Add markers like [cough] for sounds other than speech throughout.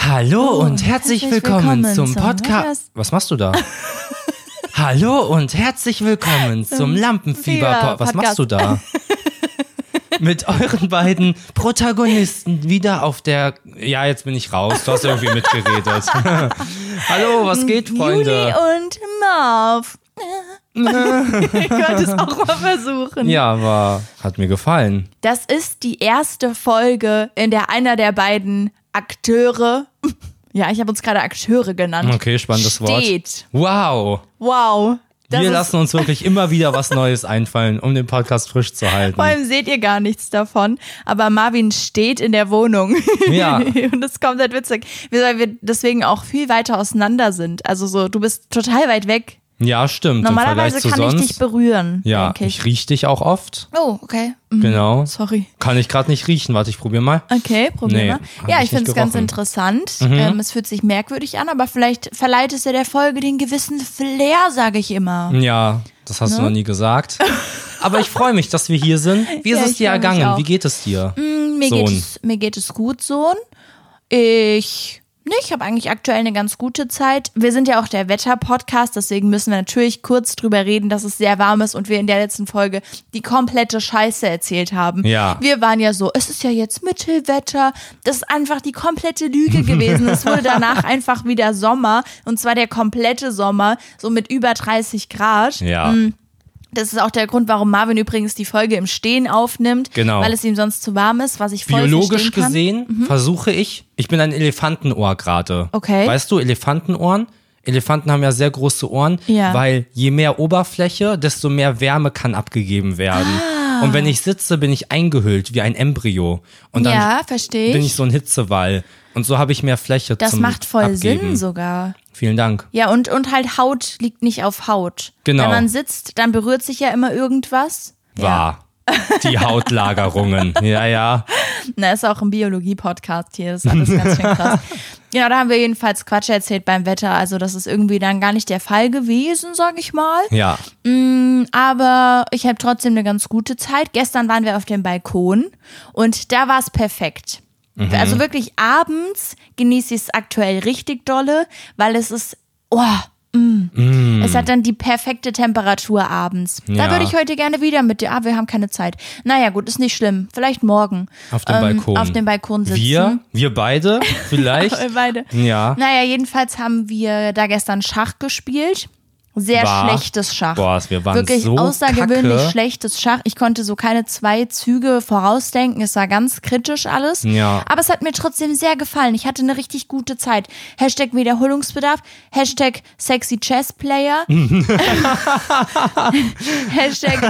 Hallo und herzlich, Oh, herzlich willkommen, willkommen zum zum Podcast. Podcast. Was machst [laughs] du da? Hallo und herzlich willkommen zum Lampenfieber. Fieber- Was Podcast. machst du da? [laughs] Mit euren beiden Protagonisten wieder auf der. Ja, jetzt bin ich raus. Du hast irgendwie mitgeredet. [laughs] Hallo, was geht, Juli Freunde? und [laughs] Marv. ich könnte es auch mal versuchen. Ja, war. Hat mir gefallen. Das ist die erste Folge, in der einer der beiden Akteure, [laughs] ja, ich habe uns gerade Akteure genannt. Okay, spannendes Steht. Wort. Wow. Wow. Das Wir ist, lassen uns wirklich immer wieder was Neues einfallen, um den Podcast frisch zu halten. vor allem seht ihr gar nichts davon, aber Marvin steht in der Wohnung. [laughs] Ja. Und das kommt halt witzig. Weil wir deswegen auch viel weiter auseinander sind. Also so, du bist total weit weg. Ja, stimmt. Normalerweise Im Vergleich zu kann sonst. ich dich berühren. Ja, denke ich ich. riech dich auch oft. Oh, okay. Mhm. Ah, Genau. Sorry. Kann ich gerade nicht riechen. Warte, ich probiere mal. Okay, probier Nee, mal. hab Ja, ich ich finde nicht es ganz gerochen. Mhm. interessant. Ähm, es fühlt sich merkwürdig an, aber vielleicht verleiht es ja der Folge den gewissen Flair, sage ich Ne? immer. Ja, das hast du noch nie [laughs] gesagt. Aber ich freue mich, dass wir hier sind. Wie ist Ja, es ich dir freu mich ergangen? auch. Mm, Wie geht es dir? Mir geht, Sohn. es, mir geht es gut, Sohn. Ich, ne, ich habe eigentlich aktuell eine ganz gute Zeit. Wir sind ja auch der Wetter-Podcast, deswegen müssen wir natürlich kurz drüber reden, dass es sehr warm ist und wir in der letzten Folge die komplette Scheiße erzählt haben. Ja. Wir waren ja so, es ist ja jetzt Mittelwetter. Das ist einfach die [laughs] komplette Lüge gewesen. es wurde danach einfach wieder Sommer und zwar der komplette Sommer, so mit über 30 Grad. Ja. Das ist auch der Grund, warum Marvin übrigens die Folge im Stehen aufnimmt, Genau. weil es ihm sonst zu warm ist, was ich voll Biologisch verstehen kann. Mhm. gesehen versuche ich, ich bin ein Elefantenohr gerade. Okay. Weißt du, Elefantenohren? Elefanten haben ja sehr große Ohren, Ja. weil je mehr Oberfläche, desto mehr Wärme kann abgegeben werden. Ah. Und wenn ich sitze, bin ich eingehüllt wie ein Embryo. Und dann Ja, verstehe bin ich. ich so ein Hitzewall. Und so habe ich mehr Fläche Das zum macht voll Abgeben. Sinn sogar. Vielen Dank. Ja, und, und halt Haut liegt nicht auf Haut. Genau. Wenn man sitzt, dann berührt sich ja immer irgendwas. War. Die [laughs] Hautlagerungen. ja, ja. Na, ist auch ein Biologie-Podcast hier, ist alles ganz [laughs] schön krass. Genau, da haben wir jedenfalls Quatsch erzählt beim Wetter. Also, das ist irgendwie dann gar nicht der Fall gewesen, sag ich mal. Ja. aber ich habe trotzdem eine ganz gute Zeit. Gestern waren wir auf dem Balkon und da war es perfekt. Mhm. Also wirklich abends genieße ich es aktuell richtig dolle, weil es ist, oh, mm. es hat dann die perfekte Temperatur abends. Ja. Da würde ich heute gerne wieder mit dir, ah, wir haben keine Zeit. Naja gut, ist nicht schlimm, vielleicht morgen. Auf dem ähm, Balkon. Auf dem Balkon sitzen. Wir? Wir [laughs] beide? Vielleicht? Wir beide. Ja. Naja, jedenfalls haben wir da gestern Schach gespielt. Sehr War- schlechtes Schach. Boah, wir waren Wirklich so außergewöhnlich kacke. schlechtes Schach. Ich konnte so keine zwei Züge vorausdenken. Es war ganz kritisch alles. Ja. Aber es hat mir trotzdem sehr gefallen. Ich hatte eine richtig gute Zeit. Hashtag Wiederholungsbedarf. Hashtag sexy Chess Player. [laughs] [laughs] Hashtag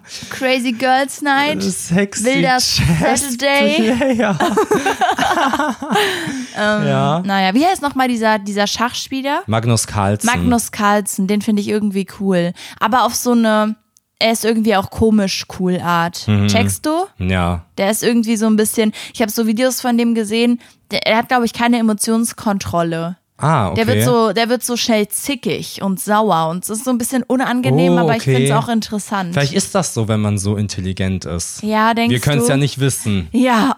[laughs] Crazy Girls Night. Sexy Wilder Saturday. [laughs] Ja. [laughs] Ähm. ja. Naja, wie heißt nochmal dieser, dieser Schachspieler? Magnus Carlsen. Magnus Carlsen, den finde ich irgendwie cool. Aber auf so eine, er ist irgendwie auch komisch cool Art. Mhm. Checkst du? Ja. Der ist irgendwie so ein bisschen, ich habe so Videos von dem gesehen, der, er hat, glaube ich, keine Emotionskontrolle. Ah, okay. Der wird so, der wird so schnell zickig und sauer und es ist so ein bisschen unangenehm, Oh, aber ich okay. finde es auch interessant. Vielleicht ist das so, wenn man so intelligent ist. ja, denkst Wir können es du? ja nicht wissen. Ja,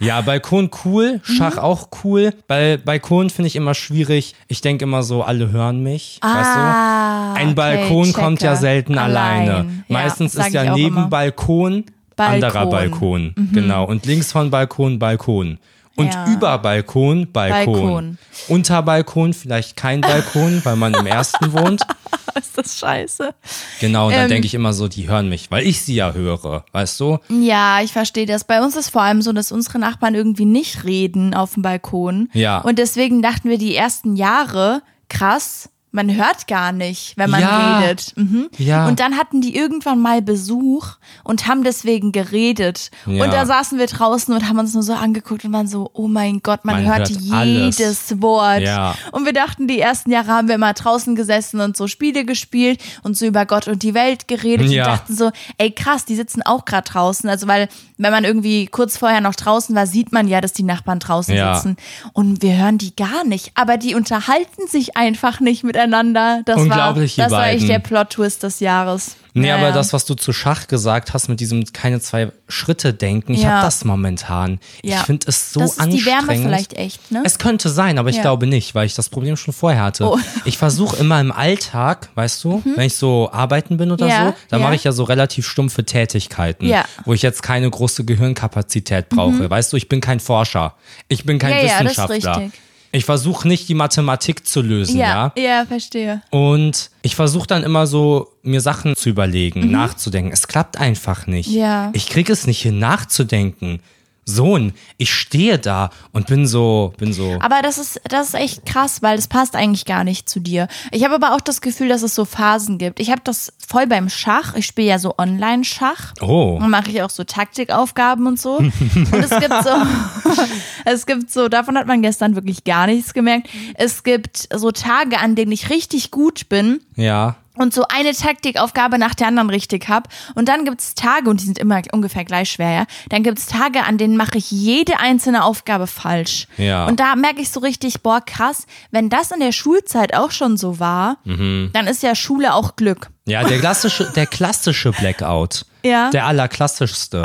Ja, Balkon cool, Schach Mhm. auch cool. Bei Balkon finde ich immer schwierig. Ich denke immer so, alle hören mich. Ah, weißt du? Ein okay, Balkon checke. kommt ja selten alleine. Allein. Ja, Meistens sag ist ja ich auch neben immer. Balkon, anderer Balkon. Mhm. Balkon. Genau. Und links von Balkon Balkon. Und Ja. über Balkon, Balkon. Balkon. Unter Balkon, vielleicht kein Balkon, weil man im ersten [laughs] wohnt. ist das scheiße. Genau, und dann Ähm. denke ich immer so, die hören mich, weil ich sie ja höre, weißt du? Ja, ich verstehe das. Bei uns ist vor allem so, dass unsere Nachbarn irgendwie nicht reden auf dem Balkon. Ja. Und deswegen dachten wir die ersten Jahre, krass, man hört gar nicht, wenn man Ja. redet. Mhm. Ja. Und dann hatten die irgendwann mal Besuch und haben deswegen geredet. Ja. Und da saßen wir draußen und haben uns nur so angeguckt und waren so, oh mein Gott, man, Man hört, hört alles. jedes Wort. Ja. Und wir dachten, die ersten Jahre haben wir immer draußen gesessen und so Spiele gespielt und so über Gott und die Welt geredet Ja. und dachten so, ey krass, die sitzen auch gerade draußen. Also weil, wenn man irgendwie kurz vorher noch draußen war, sieht man ja, dass die Nachbarn draußen Ja. sitzen. Und wir hören die gar nicht. Aber die unterhalten sich einfach nicht miteinander. Das Unglaublich, die war, das war beiden. echt der Plot-Twist des Jahres. Nee, Ja, aber ja. das, was du zu Schach gesagt hast, mit diesem keine zwei Schritte denken, ich Ja. habe das momentan. Ja. Ich finde es so das ist anstrengend. die Wärme vielleicht echt, ne? Es könnte sein, aber ich Ja. glaube nicht, weil ich das Problem schon vorher hatte. Oh. Mhm. Ich versuche immer im Alltag, weißt du, wenn ich so arbeiten bin oder Ja, so, da ja. mache ich ja so relativ stumpfe Tätigkeiten, Ja. Mhm. wo ich jetzt keine große Gehirnkapazität brauche. Weißt du, ich bin kein Forscher, ich bin kein Ja, ja, das ist Wissenschaftler. richtig. Ich versuche nicht die Mathematik zu lösen, ja. ja, ja, verstehe. Und ich versuche dann immer so, mir Sachen zu überlegen, nachzudenken. Es klappt einfach nicht. Mhm. Ja. Ich krieg es nicht hin, nachzudenken. Sohn, ich stehe da und bin so, bin so. Aber das ist, das ist echt krass, weil das passt eigentlich gar nicht zu dir. Ich habe aber auch das Gefühl, dass es so Phasen gibt. Ich habe das voll beim Schach. Ich spiele ja so Online-Schach. Oh. Dann mache ich auch so Taktikaufgaben [laughs] und so. Und es gibt so, [laughs] es gibt so, davon hat man gestern wirklich gar nichts gemerkt. Es gibt so Tage, an denen ich richtig gut bin Ja. und so eine Taktikaufgabe nach der anderen richtig hab. Und dann gibt's Tage, und die sind immer ungefähr gleich schwer, ja. Dann gibt's Tage, an denen mache ich jede einzelne Aufgabe falsch. Ja. Und da merke ich so richtig, boah, krass, wenn das in der Schulzeit auch schon so war, Mhm. dann ist ja Schule auch Glück. Ja, der klassische, der klassische Blackout. Ja. Der allerklassischste.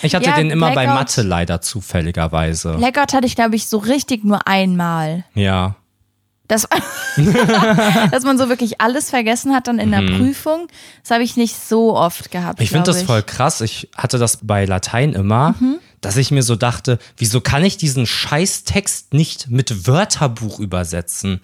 Ich hatte [laughs] Ja, den immer bei Blackout. Mathe leider zufälligerweise. Blackout hatte ich, glaube ich, so richtig nur einmal. ja. Das, [laughs] dass man so wirklich alles vergessen hat dann in der Prüfung, das habe ich nicht so oft gehabt. Mhm. Ich finde glaub das ich. Mhm. voll krass. Ich hatte das bei Latein immer, dass ich mir so dachte, wieso kann ich diesen Scheißtext nicht mit Wörterbuch übersetzen?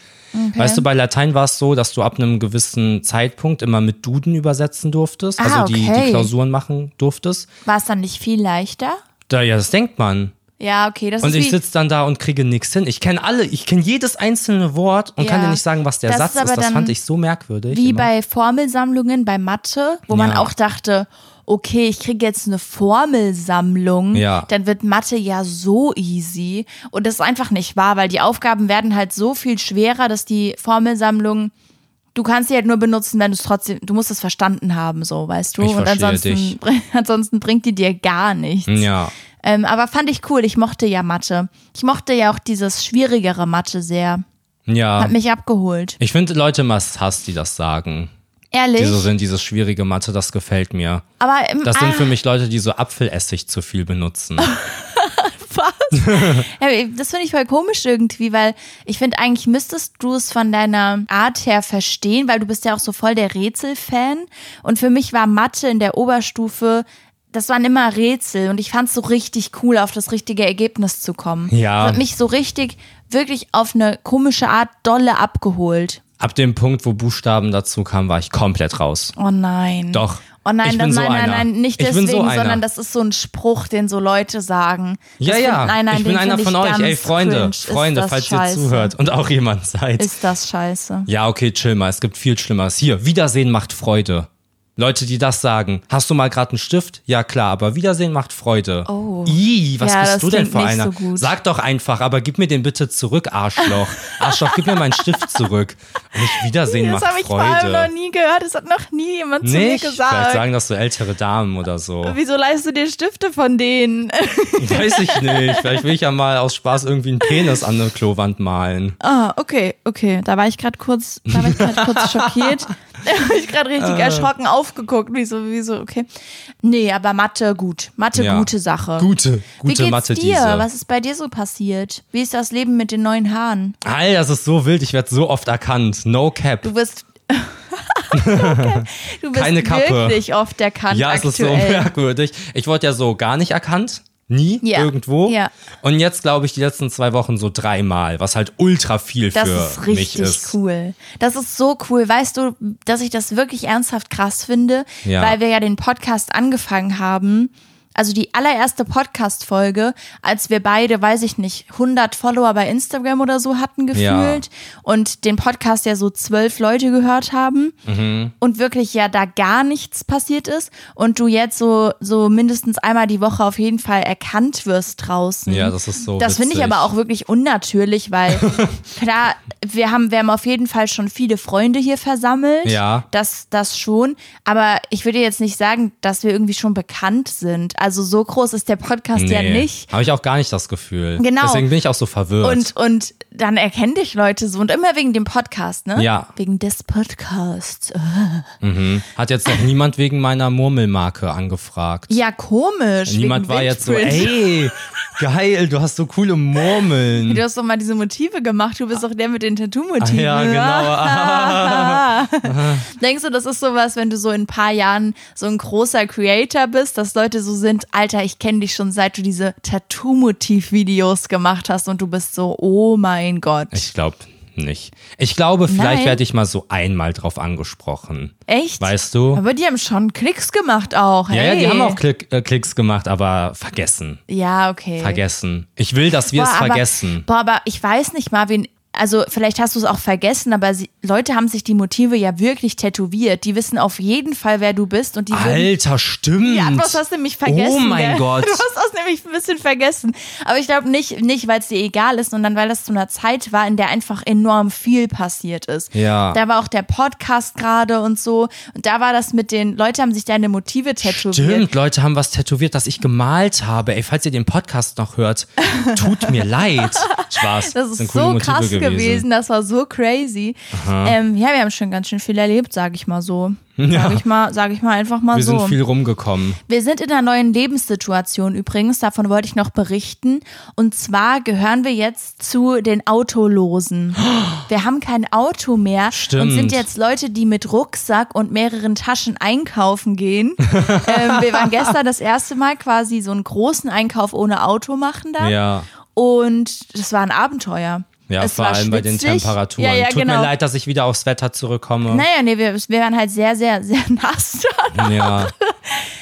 Weißt du, bei Latein war es so, dass du ab einem gewissen Zeitpunkt immer mit Duden übersetzen durftest, Ah, also die, okay. die Klausuren machen durftest. War es dann nicht viel leichter? Da, ja, das denkt man. Ja, okay, das Und ist ich wie, sitze dann da und kriege nichts hin. Ich kenne alle, ich kenne jedes einzelne Wort und kann Ja. dir nicht sagen, was der Das Satz ist ist. aber Das dann fand ich so merkwürdig. Wie immer. bei Formelsammlungen bei Mathe, wo man Genau. Ja. auch dachte, okay, ich kriege jetzt eine Formelsammlung, Ja. dann wird Mathe ja so easy. Und das ist einfach nicht wahr, weil die Aufgaben werden halt so viel schwerer, dass die Formelsammlung, du kannst sie halt nur benutzen, wenn du es trotzdem, du musst es verstanden haben, so, weißt du. Ich Und verstehe ansonsten, [laughs] dich. ansonsten bringt die dir gar nichts. ja. Ähm, aber fand ich cool, ich mochte ja Mathe. Ich mochte ja auch dieses schwierigere Mathe sehr. Ja. Hat mich abgeholt. Ich finde Leute immer Hass, die das sagen. Ehrlich. Die so sind, dieses schwierige Mathe, das gefällt mir. aber im Das ah, sind für mich Leute, die so Apfelessig zu viel benutzen. [laughs] Ja, aber das finde ich voll komisch irgendwie, weil ich finde, eigentlich müsstest du es von deiner Art her verstehen, weil du bist ja auch so voll der Rätsel-Fan. Und für mich war Mathe in der Oberstufe, das waren immer Rätsel und ich fand es so richtig cool, auf das richtige Ergebnis zu kommen. Ja. Das hat mich so richtig, wirklich auf eine komische Art dolle abgeholt. Ab dem Punkt, wo Buchstaben dazu kamen, war ich komplett raus. Oh nein. Doch. Oh nein, Ich das, bin so nein, nein, einer. nein, nicht Ich bin deswegen, so einer. sondern das ist so ein Spruch, den so Leute sagen. Ja, das ja, Find, nein, nein, ich den bin einer find von ich euch. ganz Ey, Freunde, cringe. Ist Freunde, das falls scheiße. ihr zuhört und auch jemand seid. Ist das scheiße. ja, okay, chill mal, es gibt viel Schlimmeres. Hier, Wiedersehen macht Freude. Leute, die das sagen. Hast du mal gerade einen Stift? Ja, klar, aber Wiedersehen macht Freude. Oh. Ih, was Ja, das bist du denn klingt für nicht einer? so gut. Sag doch einfach, aber gib mir den bitte zurück, [laughs] Arschloch. Arschloch, gib mir meinen Stift zurück. Nicht Wiedersehen Das macht habe ich Freude. vor allem noch nie gehört. Das hat noch nie jemand zu mir Nicht? Vielleicht gesagt. sagen das so ältere Damen oder [laughs] so. [laughs] Wieso leihst du dir Stifte von denen? [laughs] Weiß ich nicht. Vielleicht will ich ja mal aus Spaß irgendwie einen Penis an eine Klowand malen. Ah, okay, okay. Da war ich gerade kurz, da war ich gerade [laughs] kurz schockiert. [laughs] Da habe ich gerade richtig Äh. erschrocken aufgeguckt. Wieso, wieso, okay. Nee, aber Mathe gut. Mathe Ja. gute Sache. Gute, Wie gute geht's Mathe dir? diese. Was ist bei dir so passiert? Wie ist das Leben mit den neuen Haaren? Alter, das ist so wild. Ich werde so oft erkannt. No cap. Du wirst. [laughs] du bist Keine Kappe. wirklich oft erkannt Ja, es ist so aktuell. merkwürdig. Ich wurde ja so gar nicht erkannt. Nie, Ja. irgendwo. Ja. Und jetzt glaube ich die letzten zwei Wochen so dreimal, was halt ultra viel Das für ist mich richtig ist. cool. Das ist so cool. Weißt du, dass ich das wirklich ernsthaft krass finde, Ja. weil wir ja den Podcast angefangen haben. Also die allererste Podcast-Folge, als wir beide, weiß ich nicht, 100 Follower bei Instagram oder so hatten gefühlt Ja. und den Podcast ja so zwölf Leute gehört haben Mhm. und wirklich ja da gar nichts passiert ist und du jetzt so, so mindestens einmal die Woche auf jeden Fall erkannt wirst draußen. Ja, das ist so Das finde ich witzig. aber auch wirklich [laughs] unnatürlich, weil klar, wir haben, wir haben auf jeden Fall schon viele Freunde hier versammelt. Ja. Das, das schon. Aber ich würde jetzt nicht sagen, dass wir irgendwie schon bekannt sind. Also so groß ist der Podcast ja nicht. Habe ich auch gar nicht das Gefühl. Genau. Deswegen bin ich auch so verwirrt. Und, und dann erkennen dich Leute so und immer wegen dem Podcast, ne? Ja. Wegen des Podcasts. Hat jetzt noch niemand wegen meiner Murmelmarke angefragt. Ja, komisch. Niemand wegen war jetzt so, Windprint. ey, geil, du hast so coole Murmeln. [laughs] Du hast doch mal diese Motive gemacht. Du bist doch der mit den Tattoo-Motiven. Ja, genau. Denkst du, das ist sowas, wenn du so in ein paar Jahren so ein großer Creator bist, dass Leute so sind, Alter, ich kenne dich schon seit du diese Tattoo-Motiv-Videos gemacht hast und du bist so, oh mein Gott. Ich glaube nicht. Ich glaube, vielleicht Nein. werde ich mal so einmal drauf angesprochen. Echt? Weißt du? Aber die haben schon Klicks gemacht auch. Ja, ja, hey. die haben auch Klick, äh, Klicks gemacht, aber vergessen. Ja, okay. Vergessen. Ich will, dass wir es aber- vergessen. Boah, aber ich weiß nicht, Marvin. Also vielleicht hast du es auch vergessen, aber sie, Leute haben sich die Motive ja wirklich tätowiert. Die wissen auf jeden Fall, wer du bist und die würden Alter, stimmt. Ja, du hast das nämlich vergessen. Oh mein [laughs] gell? Gott. Du hast das nämlich ein bisschen vergessen. Aber ich glaube nicht, nicht weil es dir egal ist, sondern weil das zu einer Zeit war, in der einfach enorm viel passiert ist. Ja. Da war auch der Podcast gerade und so. Und da war das mit den, Leute haben sich deine Motive tätowiert. Stimmt, Leute haben was tätowiert, das ich gemalt habe. Ey, falls ihr den Podcast noch hört, tut [laughs] mir leid. Spaß. Das ist Sind coole so Motive krass gewesen. das war so crazy. Ähm, ja, wir haben schon ganz schön viel erlebt, sag ich mal [laughs] so. Sag ich mal, sag ich mal einfach mal Wir so. sind viel rumgekommen. Wir sind in einer neuen Lebenssituation übrigens, davon wollte ich noch berichten. Und zwar gehören wir jetzt zu [gasps] den Autolosen. Wir haben kein Auto mehr und Stimmt. sind jetzt Leute, die mit Rucksack und mehreren Taschen [laughs] einkaufen gehen. ähm, wir waren gestern das erste Mal quasi so einen großen Einkauf ohne Auto machen da. Ja. Und das war ein Abenteuer. Ja, es vor war allem bei den schwitzig. Temperaturen. Ja, ja, Tut genau. mir leid, dass ich wieder aufs Wetter zurückkomme. Naja, nee, wir, wir waren halt sehr, sehr, sehr [laughs] nass. [laughs] Ja,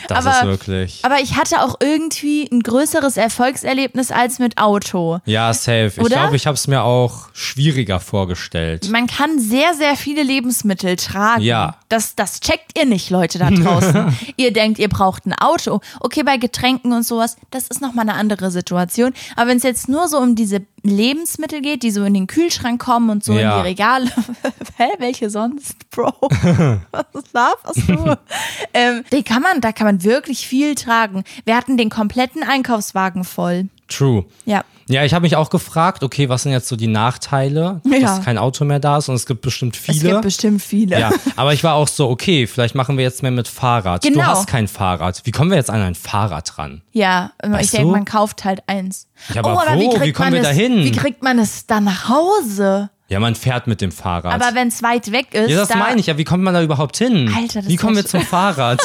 das ist Aber- wirklich. Aber ich hatte auch irgendwie ein größeres Erfolgserlebnis als mit Auto. Ja, safe. Ich Oder? glaube, ich habe es mir auch schwieriger vorgestellt. Man kann sehr, sehr viele Lebensmittel tragen. Ja. Das, das checkt ihr nicht, Leute da draußen. [laughs] ihr denkt, ihr braucht ein Auto. Okay, bei Getränken und sowas, das ist nochmal eine andere Situation. Aber wenn es jetzt nur so um diese Lebensmittel geht, die so in den Kühlschrank kommen und so Ja. in die Regale. [laughs] Hä, welche sonst, [laughs] Bro? Was laberst du? ähm, die kann man, da kann man wirklich viel tragen. Wir hatten den kompletten Einkaufswagen voll. True. Ja. Ja, ich habe mich auch gefragt, okay, was sind jetzt so die Nachteile, Ja. dass kein Auto mehr da ist und es gibt bestimmt Es viele. gibt bestimmt viele. ja, aber ich war auch so, okay, vielleicht machen wir jetzt mehr mit Fahrrad. Du Genau. hast kein Fahrrad. Wie kommen wir jetzt an ein Fahrrad ran? [laughs] Ja, ich Weißt denke, du? man kauft halt eins. Ja, aber wo? Wie kommen man wir es, da hin? Wie kriegt man es dann nach Hause? Ja, man fährt mit dem Fahrrad. Aber wenn es weit weg ist, ja, das da, meine ich. Ja, wie kommt man da überhaupt hin? Alter, das wie kommen wir ist- [laughs] zum Fahrrad?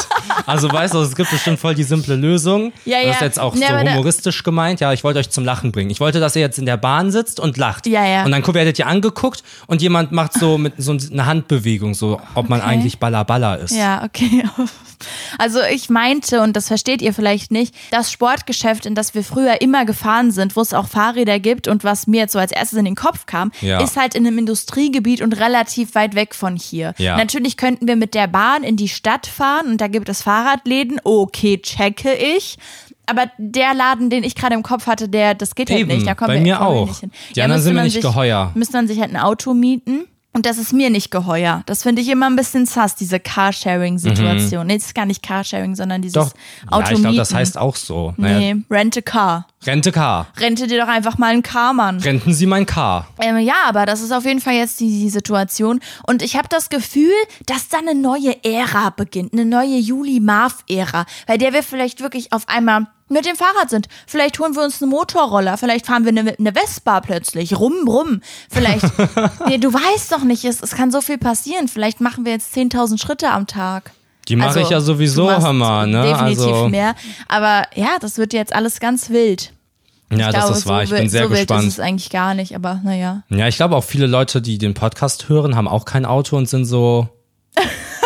Also, weißt du, es gibt bestimmt voll die simple Lösung. Ja, ja. Das ist jetzt auch Ja, so aber da- humoristisch gemeint. Ja, ich wollte euch zum Lachen bringen. Ich wollte, dass ihr jetzt in der Bahn sitzt und lacht. Ja, ja. Und dann gu- werdet ihr angeguckt und jemand macht so mit so eine Handbewegung, so ob man eigentlich Ballaballa ist. Ja, okay. [laughs] Also ich meinte, und das versteht ihr vielleicht nicht, das Sportgeschäft, in das wir früher immer gefahren sind, wo es auch Fahrräder gibt und was mir jetzt so als erstes in den Kopf kam, Ja. ist halt in einem Industriegebiet und relativ weit weg von hier. Ja. Natürlich könnten wir mit der Bahn in die Stadt fahren und da gibt es Fahrradläden. Okay, checke ich. Aber der Laden, den ich gerade im Kopf hatte, der, das geht halt Eben, nicht. Da kommen bei wir, mir kommen wir auch. Nicht hin. Die anderen müsste sind mir man nicht geheuer. müsste man sich halt ein Auto mieten. Und das ist mir nicht geheuer. Das finde ich immer ein bisschen sass, diese Carsharing-Situation. Nee, das ist gar nicht Carsharing, sondern dieses Mhm. Doch. Auto ja, ich glaube, das mieten. heißt auch so. Naja, Nee, rent a car. Rente Car. Rente dir doch einfach mal einen Car, Mann. Renten Sie mein Car. Ähm, ja, aber das ist auf jeden Fall jetzt die, die Situation. Und ich habe das Gefühl, dass da eine neue Ära beginnt, eine neue Juli-Marv-Ära, bei der wir vielleicht wirklich auf einmal mit dem Fahrrad sind. Vielleicht holen wir uns einen Motorroller, vielleicht fahren wir eine, eine Vespa plötzlich, rum, rum. [laughs] Vielleicht, nee, du weißt doch nicht, es, es kann so viel passieren. Vielleicht machen wir jetzt 10.000 Schritte am Tag. Die mache ich ja sowieso, Also, du machst Hammer, ne? Definitiv Also- mehr. Aber ja, das wird jetzt alles ganz wild. Ja, das glaube, ist wahr. So Ich bin wild- sehr so Wild gespannt. ist es eigentlich gar nicht, aber naja. Ja, ich glaube auch viele Leute, die den Podcast hören, haben auch kein Auto und sind so.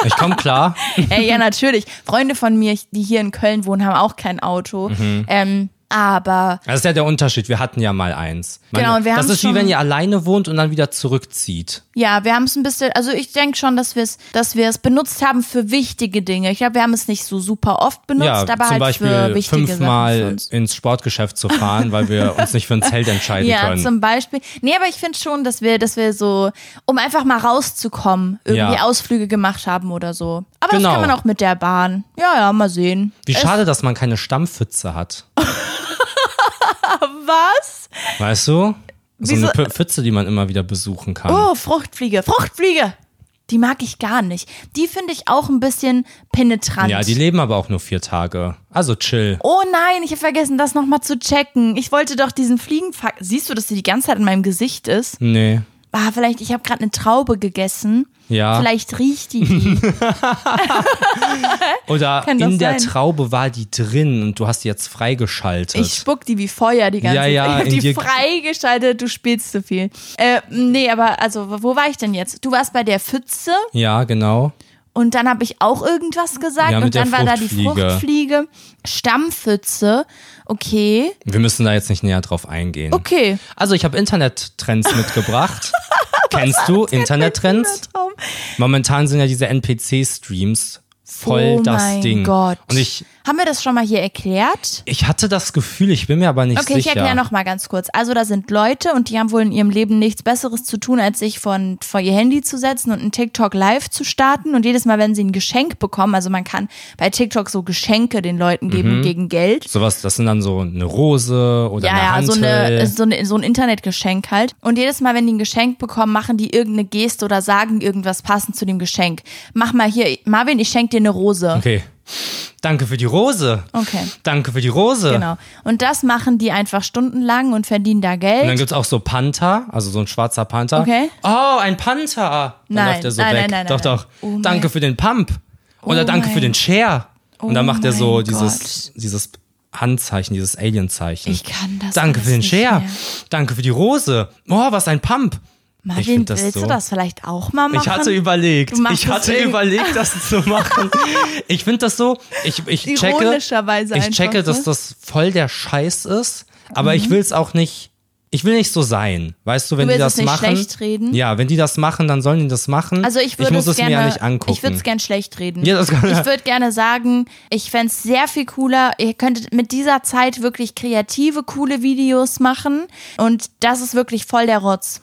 Ich komme [laughs] klar. Ey, ja, natürlich. Freunde von mir, die hier in Köln wohnen, haben auch kein Auto. Mhm. Ähm, aber Das ist ja der Unterschied. Wir hatten ja mal eins. Man- Genau, wir das haben ist wie schon- wenn ihr alleine wohnt und dann wieder zurückzieht. ja, wir haben es ein bisschen, also ich denke schon, dass wir es dass wir es benutzt haben für wichtige Dinge. Ich glaube, wir haben es nicht so super oft benutzt, ja, aber zum halt für Beispiel wichtige Sachen für fünfmal uns. ins Sportgeschäft zu fahren, weil [laughs] wir uns nicht für ein Zelt entscheiden Ja, können. zum Beispiel. Nee, aber ich finde schon, dass wir, dass wir so, um einfach mal rauszukommen, irgendwie Ja. Ausflüge gemacht haben oder so. Aber Genau. das kann man auch mit der Bahn. Ja, ja, mal sehen. Wie schade, dass man keine Stammpfütze hat. Was? Weißt du? So Wieso- eine P- Pfütze, die man immer wieder besuchen kann. Oh, Fruchtfliege, Fruchtfliege! Die mag ich gar nicht. Die finde ich auch ein bisschen penetrant. ja, die leben aber auch nur vier Tage. Also chill. Oh nein, ich habe vergessen, das nochmal zu checken. Ich wollte doch diesen Fliegenfakt. Siehst du, dass sie die ganze Zeit in meinem Gesicht ist? Nee. Ah, vielleicht, ich habe gerade eine Traube gegessen. Ja. Vielleicht [laughs] riecht die die. Oder Kann das in der sein? Traube war die drin und du hast die jetzt freigeschaltet. Ich spuck die wie Feuer die ganze Ja, Zeit. ja, ich hab in die dir- freigeschaltet, du spielst zu viel. Äh, nee, aber also, wo war ich denn jetzt? Du warst bei der Pfütze ja, genau. und dann habe ich auch irgendwas gesagt Ja, mit und dann der war da die Fruchtfliege. Fruchtfliege. Stammpfütze. Okay. Wir müssen da jetzt nicht näher drauf eingehen. Okay. Also ich habe [laughs] Internettrends mitgebracht. Kennst du Internettrends? Traum. Momentan sind ja diese NPC-Streams voll oh das mein Ding. Gott. Und ich, Haben wir das schon mal hier erklärt? ich hatte das Gefühl, ich bin mir aber nicht Okay, ich sicher. erkläre nochmal ganz kurz. Also da sind Leute und die haben wohl in ihrem Leben nichts Besseres zu tun, als sich von, vor ihr Handy zu setzen und einen TikTok live zu starten. Und jedes Mal, wenn sie ein Geschenk bekommen, also man kann bei TikTok so Geschenke den Leuten Mhm. geben gegen Geld. Sowas, das sind dann so eine Rose oder eine Ja, ja, so, Hantel. eine, äh, so, eine, so ein Internetgeschenk halt. Und jedes Mal, wenn die ein Geschenk bekommen, machen die irgendeine Geste oder sagen irgendwas passend zu dem Geschenk. Mach mal hier, Marvin, ich schenke dir eine Rose. okay. Danke für die Rose. Okay. Danke für die Rose. Genau. Und das machen die einfach stundenlang und verdienen da Geld. Und dann gibt es auch so Panther, also so ein schwarzer Panther. Okay. Oh, ein Panther. Dann Nein, läuft er so nein, weg. nein, nein, doch, nein. doch. Oh danke mein- für den Pump. Oder Oh danke für mein- den Share. Und dann Oh macht er so mein dieses, dieses Handzeichen, dieses Alien-Zeichen. Ich kann das Danke für alles den nicht Share. mehr. Danke für die Rose. Oh, was ein Pump. ich Marvin, find das willst so. du das vielleicht auch mal machen? Ich hatte überlegt, Du machst ich hatte deswegen- überlegt, [laughs] das zu machen. Ich finde das so, ich, ich checke, Ironischerweise ich einfach, checke, dass ne? Mhm. das voll der Scheiß ist, aber ich will es auch nicht, ich will nicht so sein, weißt du, wenn Du die willst das es nicht machen. schlecht reden? Ja, wenn die das machen, dann sollen die das machen. also ich würde ich muss es gerne, mir ja nicht angucken. Ich würde es gerne schlecht reden. Ja, das kann- ich würde gerne sagen, ich fände es sehr viel cooler. Ihr könntet mit dieser Zeit wirklich kreative, coole Videos machen. Und das ist wirklich voll der Rotz.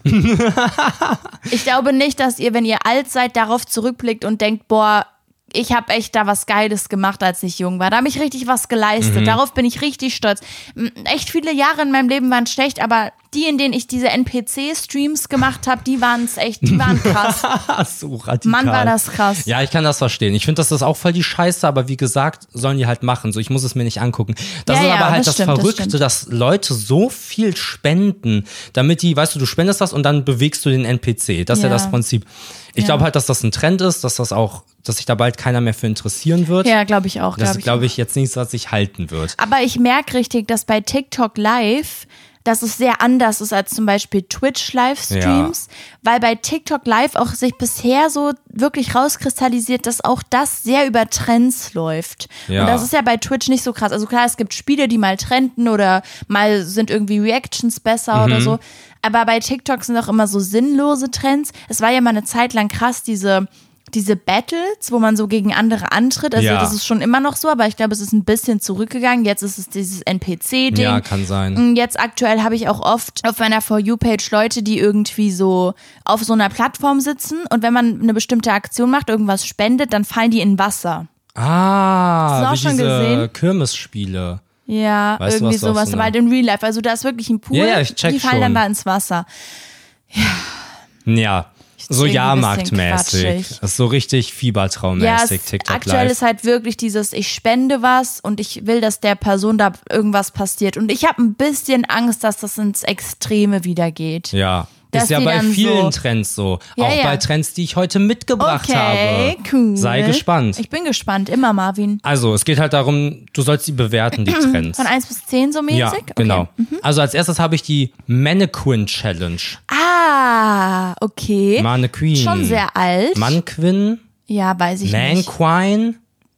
ich glaube nicht, dass ihr, wenn ihr alt seid, darauf zurückblickt und denkt, boah, ich habe echt da was Geiles gemacht, als ich jung war. Da habe ich richtig was geleistet. Darauf bin ich richtig stolz. M, Echt viele Jahre in meinem Leben waren schlecht, aber die, in denen ich diese NPC-Streams gemacht habe, die waren es echt, die waren krass. Ach, so radikal. Mann, war das krass. Ja, ich kann das verstehen. Ich finde, das ist auch voll die Scheiße, aber wie gesagt, sollen die halt machen. So, ich muss es mir nicht angucken. Das Ja, ist ja, aber halt das das, stimmt, das Verrückte, stimmt. dass Leute so viel spenden, damit die, weißt du, du spendest das und dann bewegst du den NPC. Das ist ja, Ja. das Prinzip. Ich glaube halt, dass das ein Trend ist, dass das auch, dass sich da bald keiner mehr für interessieren wird. Ja, glaube ich auch. das Glaub ist, ich. glaube ich, jetzt nichts, was sich halten wird. Aber ich merke richtig, dass bei TikTok Live, dass es sehr anders ist als zum Beispiel Twitch-Livestreams, weil bei TikTok Live auch sich bisher so wirklich rauskristallisiert, dass auch das sehr über Trends läuft. Ja. Und das ist ja bei Twitch nicht so krass. Also klar, es gibt Spiele, die mal trenden oder mal sind irgendwie Reactions besser Mhm. oder so. Aber bei TikTok sind auch immer so sinnlose Trends. Es war ja mal eine Zeit lang krass, diese diese Battles, wo man so gegen andere antritt, also Ja. das ist schon immer noch so, aber ich glaube, es ist ein bisschen zurückgegangen. Jetzt ist es dieses NPC-Ding. Ja, kann sein. Mm, Jetzt aktuell habe ich auch oft auf meiner For You-Page Leute, die irgendwie so auf so einer Plattform sitzen und wenn man eine bestimmte Aktion macht, irgendwas spendet, dann fallen die in Wasser. Ah, wie Hast du auch schon diese gesehen? Kirmesspiele. Ja, Weißt du, irgendwie was du auf sowas, so aber einer- halt in Real Life. Also da ist wirklich ein Pool, Ja, ja, ich check die fallen schon. dann da ins Wasser. Ja. So irgendwie ein bisschen Jahrmarktmäßig. quatschig. Das ist so richtig Ja, Fiebertraummäßig, es- TikTok aktuell live. ist halt wirklich dieses, ich spende was und ich will, dass der Person da irgendwas passiert. Und ich habe ein bisschen Angst, dass das ins Extreme wieder geht. Ja. Dass ist ja die bei dann vielen so- Trends so. Ja, auch ja. bei Trends, die ich heute mitgebracht Okay, habe. cool. Sei gespannt. Ich bin gespannt, immer Marvin. also, es geht halt darum, du sollst sie bewerten, [clears throat] die Trends. Von 1 bis 10 so mäßig? ja, okay. Mhm. genau. Also als erstes habe ich die Mannequin Challenge. Ah, okay. Mannequin. Schon sehr alt. Mannequin, ja, weiß ich nicht. Manquine.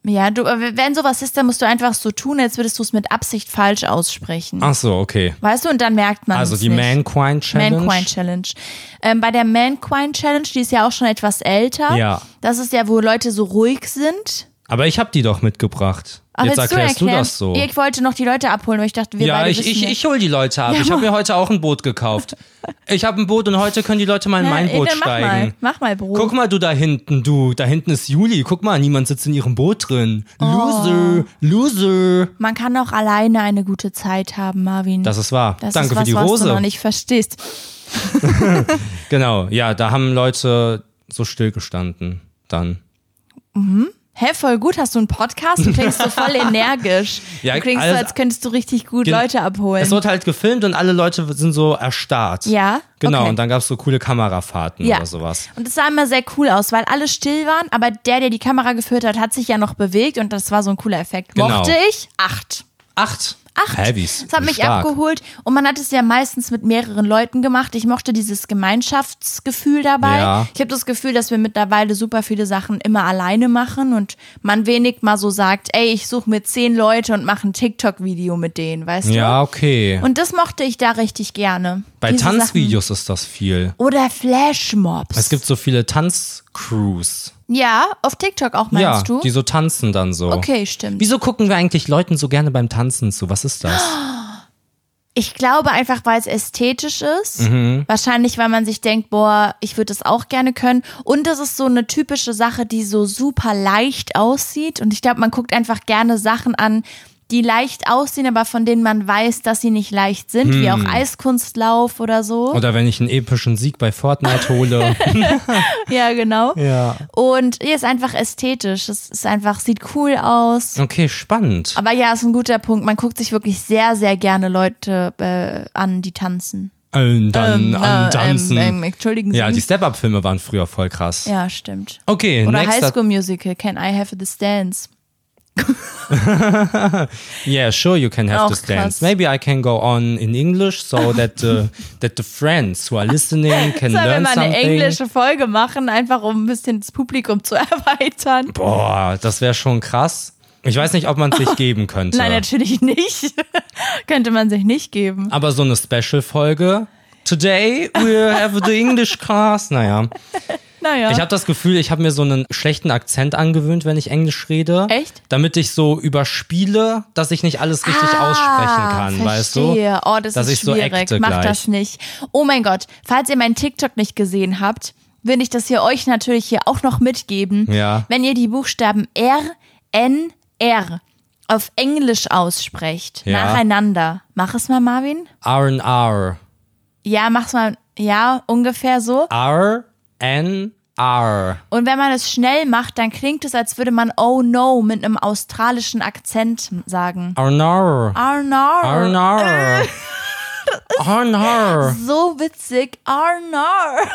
Ja, du, aber wenn sowas ist, dann musst du einfach so tun, als würdest du es mit Absicht falsch aussprechen. Ach so, okay. Weißt du, und dann merkt man Ah. Also es die nicht. Manquine Challenge. Manquine Challenge. Ähm, bei der Manquine Challenge, die ist ja auch schon etwas älter. Ja. Das ist ja, wo Leute so ruhig sind. Aber ich habe die doch mitgebracht. Ach, Jetzt Ah, willst erklärst du, erklären? das so. Ich wollte noch die Leute abholen, weil ich dachte, wir ja, beide ich, wissen ich, ja- ich hol die Leute ab. ich habe mir heute auch ein Boot gekauft. Ich habe ein Boot und heute können die Leute mal in Na, mein ey, Boot Äh, dann mach steigen. mal, mach mal, Bro. Guck mal, du da hinten, du. Da hinten ist Juli. Guck mal, niemand sitzt in ihrem Boot drin. Oh. Loser, loser. Man kann auch alleine eine gute Zeit haben, Marvin. Das ist wahr. Das Danke ist was, für die was du Rose. noch nicht verstehst. Genau, ja, da haben Leute so stillgestanden dann. Hä, voll gut, hast du einen Podcast und klingst [laughs] so voll energisch. Ja, du klingst alles- so, als könntest du richtig gut Gen- Leute abholen. Es wurde halt gefilmt und alle Leute sind so erstarrt. Ja? Genau, Okay. und dann gab es so coole Kamerafahrten Ja. oder sowas. Und es sah immer sehr cool aus, weil alle still waren, aber der, der die Kamera geführt hat, hat sich ja noch bewegt und das war so ein cooler Effekt. Genau. Mochte ich? Acht. Acht. Acht. Heavies. Das hat mich Stark. abgeholt und man hat es ja meistens mit mehreren Leuten gemacht. Ich mochte dieses Gemeinschaftsgefühl dabei. Ja. Ich habe das Gefühl, dass wir mittlerweile super viele Sachen immer alleine machen und man wenig mal so sagt, ey, ich suche mir zehn Leute und mache ein TikTok-Video mit denen, weißt du? Ja, okay. Und das mochte ich da richtig gerne. Bei Diese Sachen. Tanzvideos ist das viel. Oder Flashmobs. Es gibt so viele Tanzcrews. ja, auf TikTok auch meinst Ja, du? die so tanzen dann so. Okay, stimmt. Wieso gucken wir eigentlich Leuten so gerne beim Tanzen zu? Was ist das? [gasps] Ich glaube einfach, weil es ästhetisch ist. Mhm. Wahrscheinlich, weil man sich denkt, boah, ich würde das auch gerne können. Und das ist so eine typische Sache, die so super leicht aussieht. Und ich glaube, man guckt einfach gerne Sachen an, die leicht aussehen, aber von denen man weiß, dass sie nicht leicht sind, wie Mhm. auch Eiskunstlauf oder so. Oder wenn ich einen epischen Sieg bei Fortnite hole. [laughs] ja, genau. ja. Und ja, ist einfach ästhetisch. Es ist einfach, sieht cool aus. Okay, spannend. Aber ja, ist ein guter Punkt. Man guckt sich wirklich sehr, sehr gerne Leute äh, an, die tanzen. Ähm, dann äh, an Tanzen. Ähm, ähm, entschuldigen Sie. ja, die Step-Up-Filme waren früher voll krass. Ja, stimmt. Okay, Oder nächster. High School Musical, Can I Have This Dance? Yeah, sure, you can have Auch this krass. dance. Maybe I can go on in English so that [laughs] the, that the friends who are listening can Sollen wir learn mal eine something. englische Folge machen, einfach um ein bisschen das Publikum zu [laughs] erweitern? Boah, das wäre schon krass. Ich weiß nicht, ob man es sich [laughs] geben könnte. Nein, natürlich nicht. [laughs] Könnte man sich nicht geben. Aber so eine Special-Folge. Today we have the English class. Naja, Naja. ich habe das Gefühl, ich habe mir so einen schlechten Akzent angewöhnt, wenn ich Englisch rede. Echt? Damit ich so überspiele, dass ich nicht alles richtig aussprechen kann, Ah, verstehe. weißt du? Oh, das Dass ist ich so schwierig. acte Macht gleich. das nicht. Oh mein Gott, falls ihr meinen TikTok nicht gesehen habt, will ich das hier euch natürlich hier auch noch mitgeben. Ja. Wenn ihr die Buchstaben R, N, R auf Englisch aussprecht, Ja. nacheinander. Mach es mal, Marvin. R&R. Ja, mach's mal. Ja, ungefähr so. R&R. Und wenn man es schnell macht, dann klingt es, als würde man Oh no mit einem australischen Akzent sagen. R&R. Arnar. [laughs] Arnar. Arnar. so witzig, [laughs] Arnar.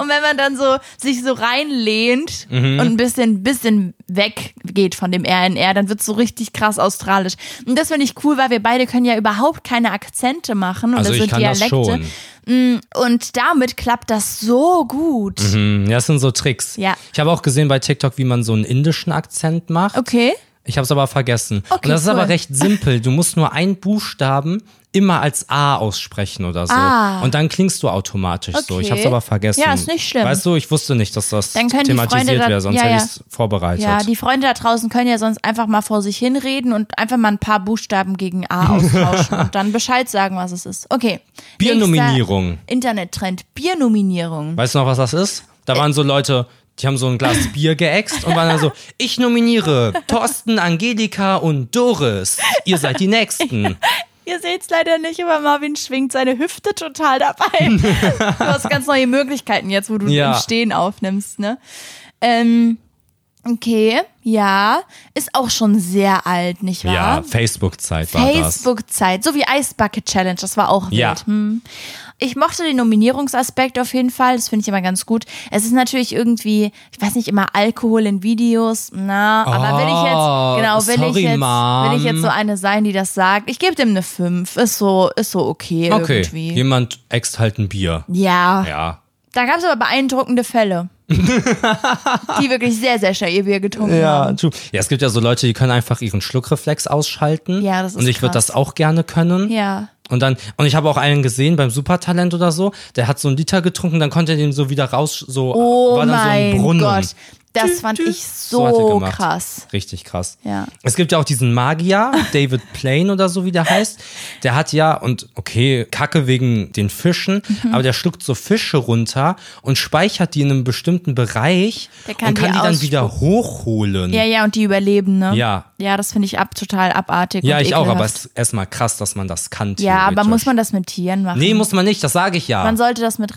und wenn man dann so sich so reinlehnt Mhm. und ein bisschen, bisschen weggeht von dem RNR, dann wird es so richtig krass australisch. Und das finde ich cool, weil wir beide können ja überhaupt keine Akzente machen oder Also so ich kann das Dialekte. Mm, schon. Und damit klappt das so gut. Hm, Ja, das sind so Tricks. Ja. Ich habe auch gesehen bei TikTok, wie man so einen indischen Akzent macht. Okay. Ich habe es aber vergessen. Okay, Und das ist cool. aber recht simpel. Du musst nur einen Buchstaben immer als A aussprechen oder so. Ah. Und dann klingst du automatisch so. Ich habe es Okay. aber vergessen. Ja, ist nicht schlimm. Weißt du, ich wusste nicht, dass das Dann können die Freunde thematisiert dann- wäre, sonst ja, hätte ja. ich es vorbereitet. Ja, die Freunde da draußen können ja sonst einfach mal vor sich hinreden und einfach mal ein paar Buchstaben gegen A [laughs] austauschen und dann Bescheid sagen, was es ist. Okay. Biernominierung. Nächster Internettrend. Biernominierung. Weißt du noch, was das ist? Da waren so Leute, die haben so ein Glas Bier geäxt und waren [laughs] dann so, ich nominiere Thorsten, Angelika und Doris. Ihr seid die Nächsten. Ihr seht's leider nicht, aber Marvin schwingt seine Hüfte [laughs] total dabei. du hast ganz neue Möglichkeiten jetzt, wo du Ja. im Stehen aufnimmst, ne? Ähm, okay, ja. Ist auch schon sehr alt, nicht wahr? Ja, Facebook-Zeit war das. Facebook-Zeit, so wie Ice Bucket Challenge, das war auch wild. Ja. Hm. Ich mochte den Nominierungsaspekt auf jeden Fall, das finde ich immer ganz gut. Es ist natürlich irgendwie, ich weiß nicht, immer Alkohol in Videos, na, aber will ich jetzt, genau, will, Oh, sorry, ich jetzt, Mom. will ich jetzt so eine sein, die das sagt. Ich gebe dem eine 5, ist so, ist so okay, Okay, irgendwie. jemand äxt halt ein Bier. Ja, Ja. da gab es aber [laughs] beeindruckende Fälle, die wirklich sehr, sehr schnell ihr Bier getrunken Ja, haben. true. ja, es gibt ja so Leute, die können einfach ihren Schluckreflex ausschalten. Ja, das ist Und ich würde krass. das auch gerne können. Ja. Und dann, und ich habe auch einen gesehen beim Supertalent oder so, der hat so einen Liter getrunken, dann konnte er den so wieder raus, so Oh war dann so ein mein Brunnen. Gott. Das fand ich so, hat er gemacht. krass. Richtig krass. Ja. Es gibt ja auch diesen [laughs] Magier, David Plain oder so, wie der heißt. Der hat ja, und okay, Kacke wegen den Fischen, Mhm. aber der schluckt so Fische runter und speichert die in einem bestimmten Bereich Der kann und kann die die, dann wieder hochholen. Ja, ja, und die überleben, ne? Ja. Ja, das finde ich ab total abartig. Ja, und ich auch, aber es ekelhaft. ist erstmal krass, dass man das kann. Ja, aber theoretisch. muss man das mit Tieren machen? Nee, muss man nicht, das sage ich ja. Man sollte das mit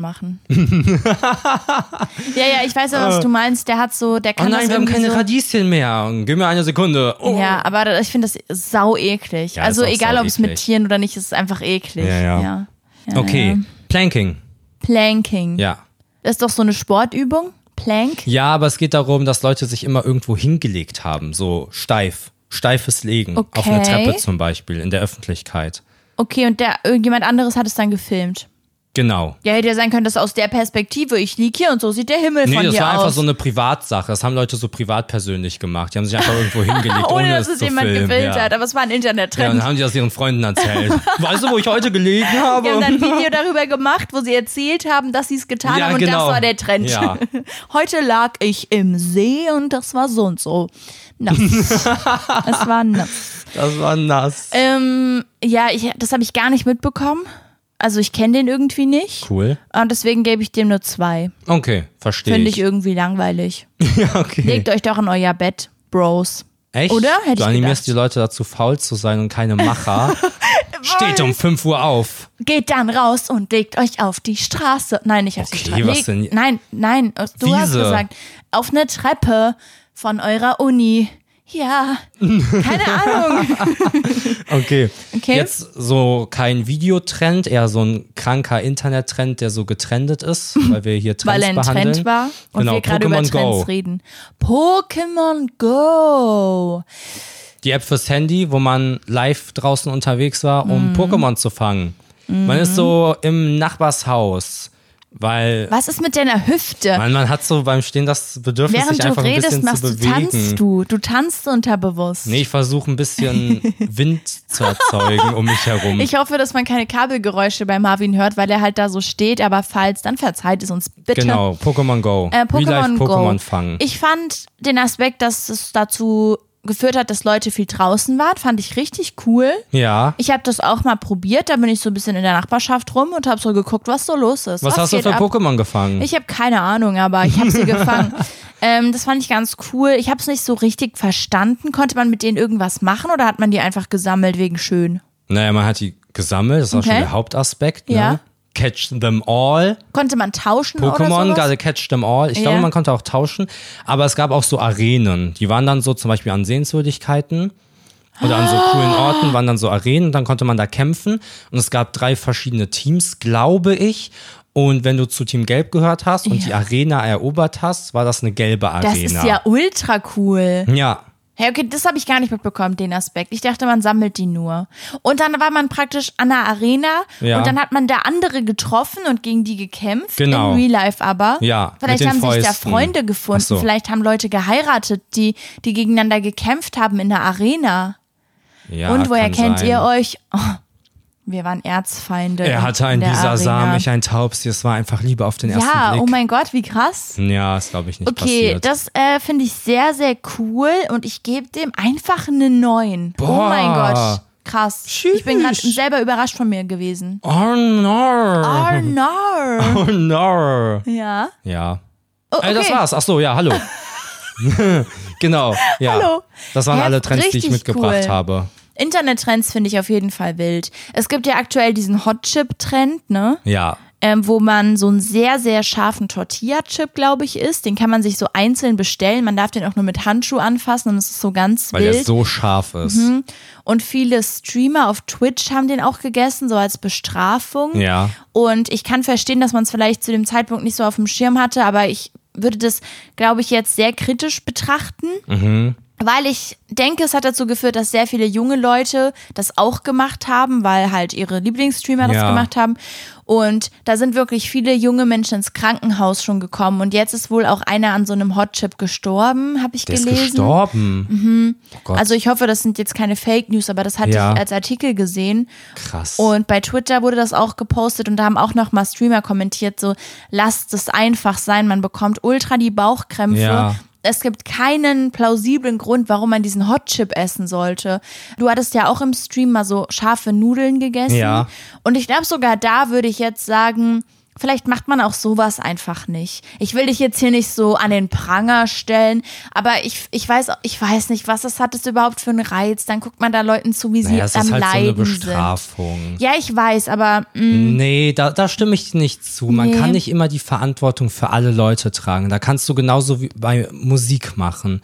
[laughs] machen. ja, ja, ich weiß ja, was du meinst. Der hat so, der Äh. Oh kann nein, das wir haben irgendwie keine so, Radieschen mehr. Gib mir eine Sekunde. Oh. Ja, aber da- ich finde das sau eklig. Ja, also ist auch egal, sau ob es mit eklig. Tieren oder nicht, es ist einfach eklig. Ja, ja. Ja, Okay, ja. Planking. Planking. Ja. Das ist doch so eine Sportübung. Plank. Ja, aber es geht darum, dass Leute sich immer irgendwo hingelegt haben, so steif. Steifes Legen. Auf einer Okay. Treppe zum Beispiel, in der Öffentlichkeit. Okay, und der irgendjemand anderes hat es dann gefilmt. Genau. Ja, hätte ja sein können, dass aus der Perspektive, ich lieg hier und so sieht der Himmel Nee, von das hier war aus. einfach so eine Privatsache. Das haben Leute so privat persönlich gemacht. Die haben sich einfach irgendwo hingelegt, ohne, [laughs] ohne dass es zu jemand filmen. gefilmt ja. hat, aber es war ein Ja, Internettrend. und dann haben die das ihren Freunden [laughs] erzählt. weißt du, wo ich heute gelegen habe? Wir haben [laughs] dann ein Video darüber gemacht, wo sie erzählt haben, dass sie es getan Ja, haben und genau. das war der Trend. Ja. [laughs] Heute lag ich im See und das war so und so. [laughs] Nass. es war nass. Das war nass. Ähm, ja, ich, das habe ich gar nicht mitbekommen. Also ich kenne den irgendwie nicht. Cool. Und deswegen gebe ich dem nur zwei. Okay, verstehe Finde ich. ich irgendwie langweilig. [laughs] ja, okay. Legt euch doch in euer Bett, Bros. Echt? Oder? Hätte ich du animierst gedacht. die Leute dazu, faul zu sein und keine [laughs] Macher. Steht um 5 Uhr auf. Geht dann raus und legt euch auf die Straße. Nein, nicht auf die Okay, Straße. was Legt- denn? Nein, nein, du hast Wiese. gesagt, auf eine Treppe von eurer Uni. [laughs] Ja, keine Ahnung. Okay. Okay. Jetzt so kein Videotrend, eher so ein kranker Internettrend, der so getrendet [laughs] ist, weil wir hier Trends Weil er ein behandeln. Trend war und genau, wir gerade über Pokémon Trends Go. reden. Pokémon Go. Die App fürs Handy, wo man live draußen unterwegs war, um Mhm. Pokémon zu fangen. Man ist so im Nachbarshaus, weil Was ist mit deiner Hüfte? man, man hat so beim Stehen das Bedürfnis, Während sich du einfach ein redest, bisschen machst zu du, bewegen. tanzt du. Du tanzt unterbewusst. Nee, ich versuche ein [laughs] bisschen Wind zu erzeugen um mich herum. Ich hoffe, dass man keine Kabelgeräusche bei Marvin hört, weil er halt da so steht. Aber falls, dann verzeiht es uns bitte. genau, Pokémon Go. Äh, Pokémon Real Life Go. Pokémon fangen. Ich fand den Aspekt, dass es dazu geführt hat, dass Leute viel draußen waren, fand ich richtig cool. ja. Ich habe das auch mal probiert, da bin ich so ein bisschen in der Nachbarschaft rum und habe so geguckt, was so los ist. Was hast du geht für ab? Pokémon gefangen? Ich habe keine Ahnung, aber [laughs] ich habe sie gefangen. Ähm, das fand ich ganz cool. Ich habe es nicht so richtig verstanden. Konnte man mit denen irgendwas machen oder hat man die einfach gesammelt wegen schön? Naja, man hat die gesammelt, das war schon Okay. der Hauptaspekt. Ne? Ja. Catch them all. Konnte man tauschen Pokémon, oder sowas? gerade Catch them all. Ich glaube, Ja. man konnte auch tauschen. Aber es gab auch so Arenen. Die waren dann so zum Beispiel an Sehenswürdigkeiten oder an so Ah. coolen Orten, waren dann so Arenen. Dann konnte man da kämpfen. Und es gab drei verschiedene Teams, glaube ich. Und wenn du zu Team Gelb gehört hast und die Arena erobert hast, war das eine gelbe Arena. Das ist ja ultra cool. Ja. Hey, okay, das habe ich gar nicht mitbekommen, den Aspekt. Ich dachte, man sammelt die nur. Und dann war man praktisch an der Arena Ja. und dann hat man da andere getroffen und gegen die gekämpft. Genau. In Real Life aber. Ja, mit Vielleicht den haben sich da Fäusten. Freunde gefunden. Ach so. Vielleicht haben Leute geheiratet, die, die gegeneinander gekämpft haben in der Arena. ja und woher Ah, kann kennt sein. ihr euch? Oh, wir waren Erzfeinde. Er in- hatte in ein Äh, der Bisasam, Arena. ich ein Taubsi. Es war einfach Liebe auf den ersten Ja, Blick. oh mein Gott, wie krass. Ja, ist glaube ich nicht Okay, passiert. das äh, finde ich sehr, sehr cool und ich gebe dem einfach eine 9. Oh Boah. mein Gott. Krass. Ich bin gerade Tschüss. selber überrascht von mir gewesen. oh no. Oh no. [laughs] Oh no. Ja. Ja. Oh, Ey, das okay. war's. Ach so, ja, [laughs] hallo. [laughs] genau, ja. Hallo. Das waren Hä, alle Trends, die ich richtig mitgebracht cool. habe. Internettrends finde ich auf jeden Fall wild. Es gibt ja aktuell diesen Hot-Chip-Trend, ne? Ja. ähm, wo man so einen sehr, sehr scharfen Tortilla-Chip, glaube ich, ist. Den kann man sich so einzeln bestellen. Man darf den auch nur mit Handschuh anfassen und es ist so ganz Weil der wild. so scharf ist. Mhm, und viele Streamer auf Twitch haben den auch gegessen, so als Bestrafung. Ja. Und ich kann verstehen, dass man es vielleicht zu dem Zeitpunkt nicht so auf dem Schirm hatte, aber ich würde das, glaube ich, jetzt sehr kritisch betrachten. Mhm. Weil ich denke, es hat dazu geführt, dass sehr viele junge Leute das auch gemacht haben, weil halt ihre Lieblingsstreamer das Ja. gemacht haben. Und da sind wirklich viele junge Menschen ins Krankenhaus schon gekommen. Und jetzt ist wohl auch einer an so einem Hotchip gestorben, habe ich Der gelesen. ist gestorben. Oh Gott, Also ich hoffe, das sind jetzt keine Fake News, aber das hatte Ja. ich als Artikel gesehen. krass. Und bei Twitter wurde das auch gepostet und da haben auch nochmal Streamer kommentiert, so lasst es einfach sein, man bekommt ultra die Bauchkrämpfe. Ja. Es gibt keinen plausiblen Grund, warum man diesen Hot Chip essen sollte. Du hattest ja auch im Stream mal so scharfe Nudeln gegessen. Ja. Und ich glaube, sogar da würde ich jetzt sagen, vielleicht macht man auch sowas einfach nicht. Ich will dich jetzt hier nicht so an den Pranger stellen, aber ich, ich, weiß, ich weiß nicht, was das hat es überhaupt für einen Reiz. Dann guckt man da Leuten zu, wie sie naja, es am ist halt so eine Leiden sind. Bestrafung. Ja, ich weiß, aber hm, mh, Nee, da, da stimme ich dir nicht zu. Man Nee. kann nicht immer die Verantwortung für alle Leute tragen. Da kannst du genauso wie bei Musik machen.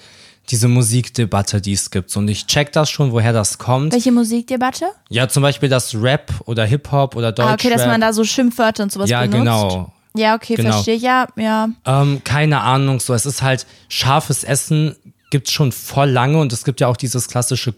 Diese Musikdebatte, die es gibt. Und ich check das schon, woher das kommt. welche Musikdebatte? Ja, zum Beispiel das Rap oder Hip-Hop oder Deutschrap. Ah, okay, dass man da so Schimpfwörter und sowas Ja, benutzt. genau. Ja, okay, Genau. verstehe. Ja, ja. Ähm, keine Ahnung, so. Es ist halt scharfes Essen gibt's schon voll lange und es gibt ja auch dieses klassische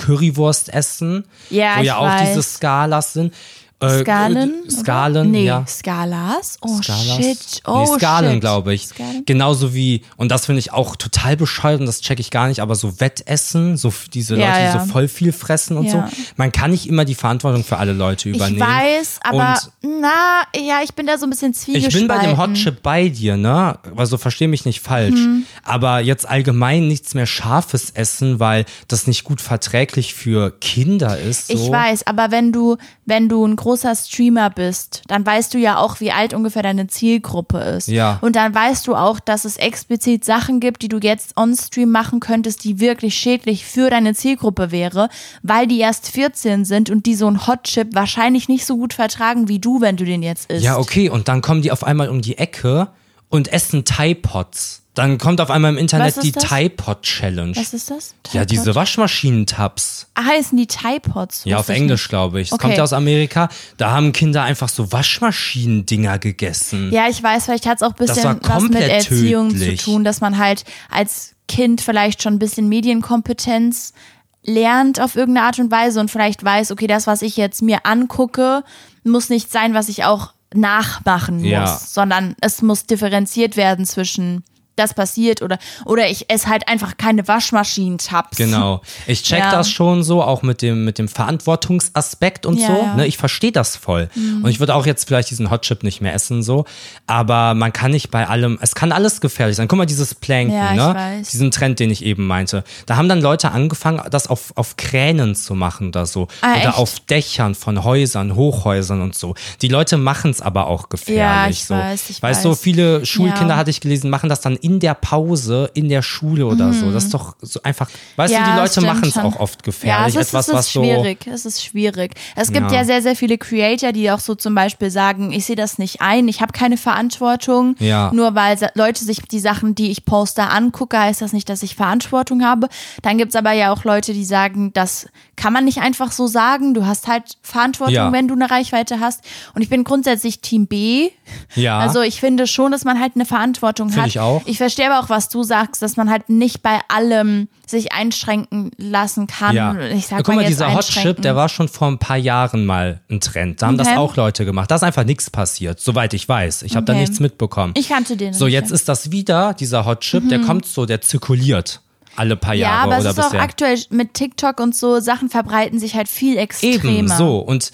Currywurstessen, Ja, wo ich ja auch weiß. diese Skalas sind. Äh, Skalen? äh, oder? Skalen, nee, ja. Skalas? Oh, Skalas. shit. Oh, nee, Skalen, shit. glaube ich. Skalen? Genauso wie, und das finde ich auch total bescheuert und das checke ich gar nicht, aber so Wettessen, so f- diese Ja, Leute, die ja. so voll viel fressen und Ja. so. Man kann nicht immer die Verantwortung für alle Leute übernehmen. Ich weiß, aber Und na, ja, ich bin da so ein bisschen ich zwiegespalten. bin bei dem Hotchip bei dir, ne? Also versteh mich nicht falsch. Mhm. Aber jetzt allgemein nichts mehr Scharfes essen, weil das nicht gut verträglich für Kinder ist. So. Ich weiß, aber wenn du, wenn du ein großer Streamer bist, dann weißt du ja auch, wie alt ungefähr deine Zielgruppe ist. Ja. Und dann weißt du auch, dass es explizit Sachen gibt, die du jetzt on-stream machen könntest, die wirklich schädlich für deine Zielgruppe wäre, weil die erst 14 sind und die so ein Hotchip wahrscheinlich nicht so gut vertragen wie du, wenn du den jetzt isst. Ja, okay. Und dann kommen die auf einmal um die Ecke und essen Thai-Pots. Dann kommt auf einmal im Was Internet ist die das? Thai-Pot-Challenge. Was ist das? Ja, Thai-Pot? diese Waschmaschinentabs. Ah, heißen die Thai-Pots? Ja, auf Wusste ich Englisch, nicht. glaube ich. Es Okay. kommt ja aus Amerika. Da haben Kinder einfach so Waschmaschinendinger gegessen. Ja, ich weiß, vielleicht hat es auch ein bisschen Hm. war was mit komplett Erziehung tödlich. zu tun, dass man halt als Kind vielleicht schon ein bisschen Medienkompetenz lernt auf irgendeine Art und Weise und vielleicht weiß, okay, das, was ich jetzt mir angucke, muss nicht sein, was ich auch nachmachen muss, Ja. sondern es muss differenziert werden zwischen das passiert oder oder ich esse halt einfach keine Waschmaschinentabs. Genau. Ich check Ja. das schon so, auch mit dem, mit dem Verantwortungsaspekt und Ja, so. ja. Mhm. Ne, ich verstehe das voll. Und ich würde auch jetzt vielleicht diesen Hotchip nicht mehr essen, so. Aber man kann nicht bei allem, es kann alles gefährlich sein. Guck mal, dieses Planken, Ja, ich ne? weiß. Diesen Trend, den ich eben meinte. Da haben dann Leute angefangen, das auf, auf Kränen zu machen da so. Ah, Oder echt? auf Dächern von Häusern, Hochhäusern und so. Die Leute machen es aber auch gefährlich. Ja, ich so. weiß, ich weißt du, weiß. viele Schulkinder Ja. hatte ich gelesen, machen das dann in der Pause, in der Schule oder so. Mhm. Das ist doch so einfach. Weißt Ja, du, die Leute stimmt machen es schon. auch oft gefährlich. Ja, es ist, etwas, es ist was so. schwierig. Es ist schwierig. Es gibt ja. Ja. sehr, sehr viele Creator, die auch so zum Beispiel sagen, ich sehe das nicht ein, ich habe keine Verantwortung. Ja. Nur weil se- Leute sich die Sachen, die ich poste, angucke, heißt das nicht, dass ich Verantwortung habe. Dann gibt's aber ja auch Leute, die sagen, das kann man nicht einfach so sagen. Du hast halt Verantwortung, Ja. wenn du eine Reichweite hast. Und ich bin grundsätzlich Team B. Ja. Also ich finde schon, dass man halt eine Verantwortung hat. ich auch. Ich verstehe aber auch, was du sagst, dass man halt nicht bei allem sich einschränken lassen kann. ja. ähm, Ich sag Guck mal, jetzt dieser Hotchip, einschränken. der war schon vor ein paar Jahren mal ein Trend. Da haben Okay. das auch Leute gemacht. Da ist einfach nichts passiert, soweit ich weiß. Ich habe da Okay. nichts mitbekommen. Ich kannte den so, nicht, jetzt ja. Mhm. ist das wieder, dieser Hotchip, der kommt so, der zirkuliert alle paar Ja, Jahre aber es oder ist auch bisher. aktuell mit TikTok und so, Sachen verbreiten sich halt viel extremer. Eben, Hm, so. Und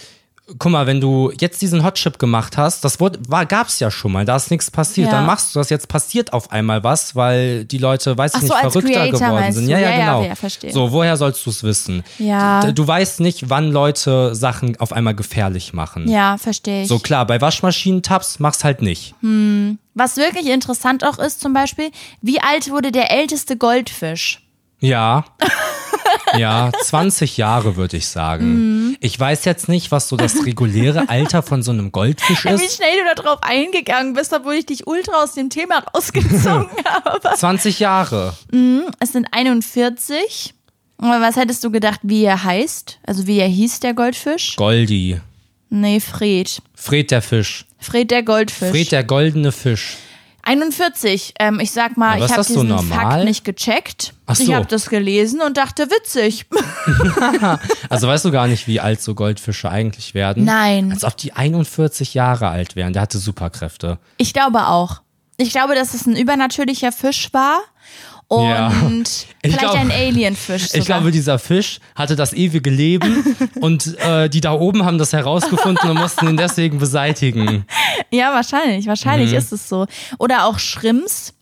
guck mal, wenn du jetzt diesen Hotchip gemacht hast, das wurde, war, gab's ja schon mal, da ist nichts passiert. Ja. Dann machst du das, jetzt passiert auf einmal was, weil die Leute, weiß Ach ich so, nicht, als verrückter Creator geworden meinst sind. du? Ja, ja, Ja, ja, genau. ja, verstehe. So, woher sollst du's wissen? Ja. Du, du weißt nicht, wann Leute Sachen auf einmal gefährlich machen. Ja, verstehe ich. So klar, bei Waschmaschinentabs mach's halt nicht. Hm. Was wirklich interessant auch ist, zum Beispiel, wie alt wurde der älteste Goldfisch? [laughs] Ja. ja, 20 Jahre würde ich Mhm. sagen. Ich weiß jetzt nicht, was so das reguläre Alter von so einem [laughs] Goldfisch Wie ist. schnell du darauf eingegangen bist, obwohl ich dich ultra aus dem Thema [laughs] rausgezogen habe. 20 Jahre. Es sind 41. Aber Was hättest du gedacht, wie er heißt? Also wie er hieß, der Goldfisch? Goldi. Nee, Fred. Fred der Fisch. Fred der Goldfisch. Fred der goldene Fisch. 41. Ähm, ich sag mal, Aber ich ist habe das so diesen normal? Fakt nicht gecheckt. Ach so. Ich habe das gelesen und dachte, witzig. [laughs] Also weißt du gar nicht, wie alt so Goldfische eigentlich werden? Nein. Als ob die 41 Jahre alt wären. Der hatte Superkräfte. Ich glaube auch. Ich glaube, dass es ein übernatürlicher Fisch war und Ja. [laughs] Ich vielleicht glaub- ein Alienfisch. [laughs] Sogar. Ich glaube, dieser Fisch hatte das ewige [laughs] Leben und äh, die da oben haben das herausgefunden und mussten ihn deswegen beseitigen. ja, wahrscheinlich, Mhm. wahrscheinlich ist es so. Oder auch Schrimps.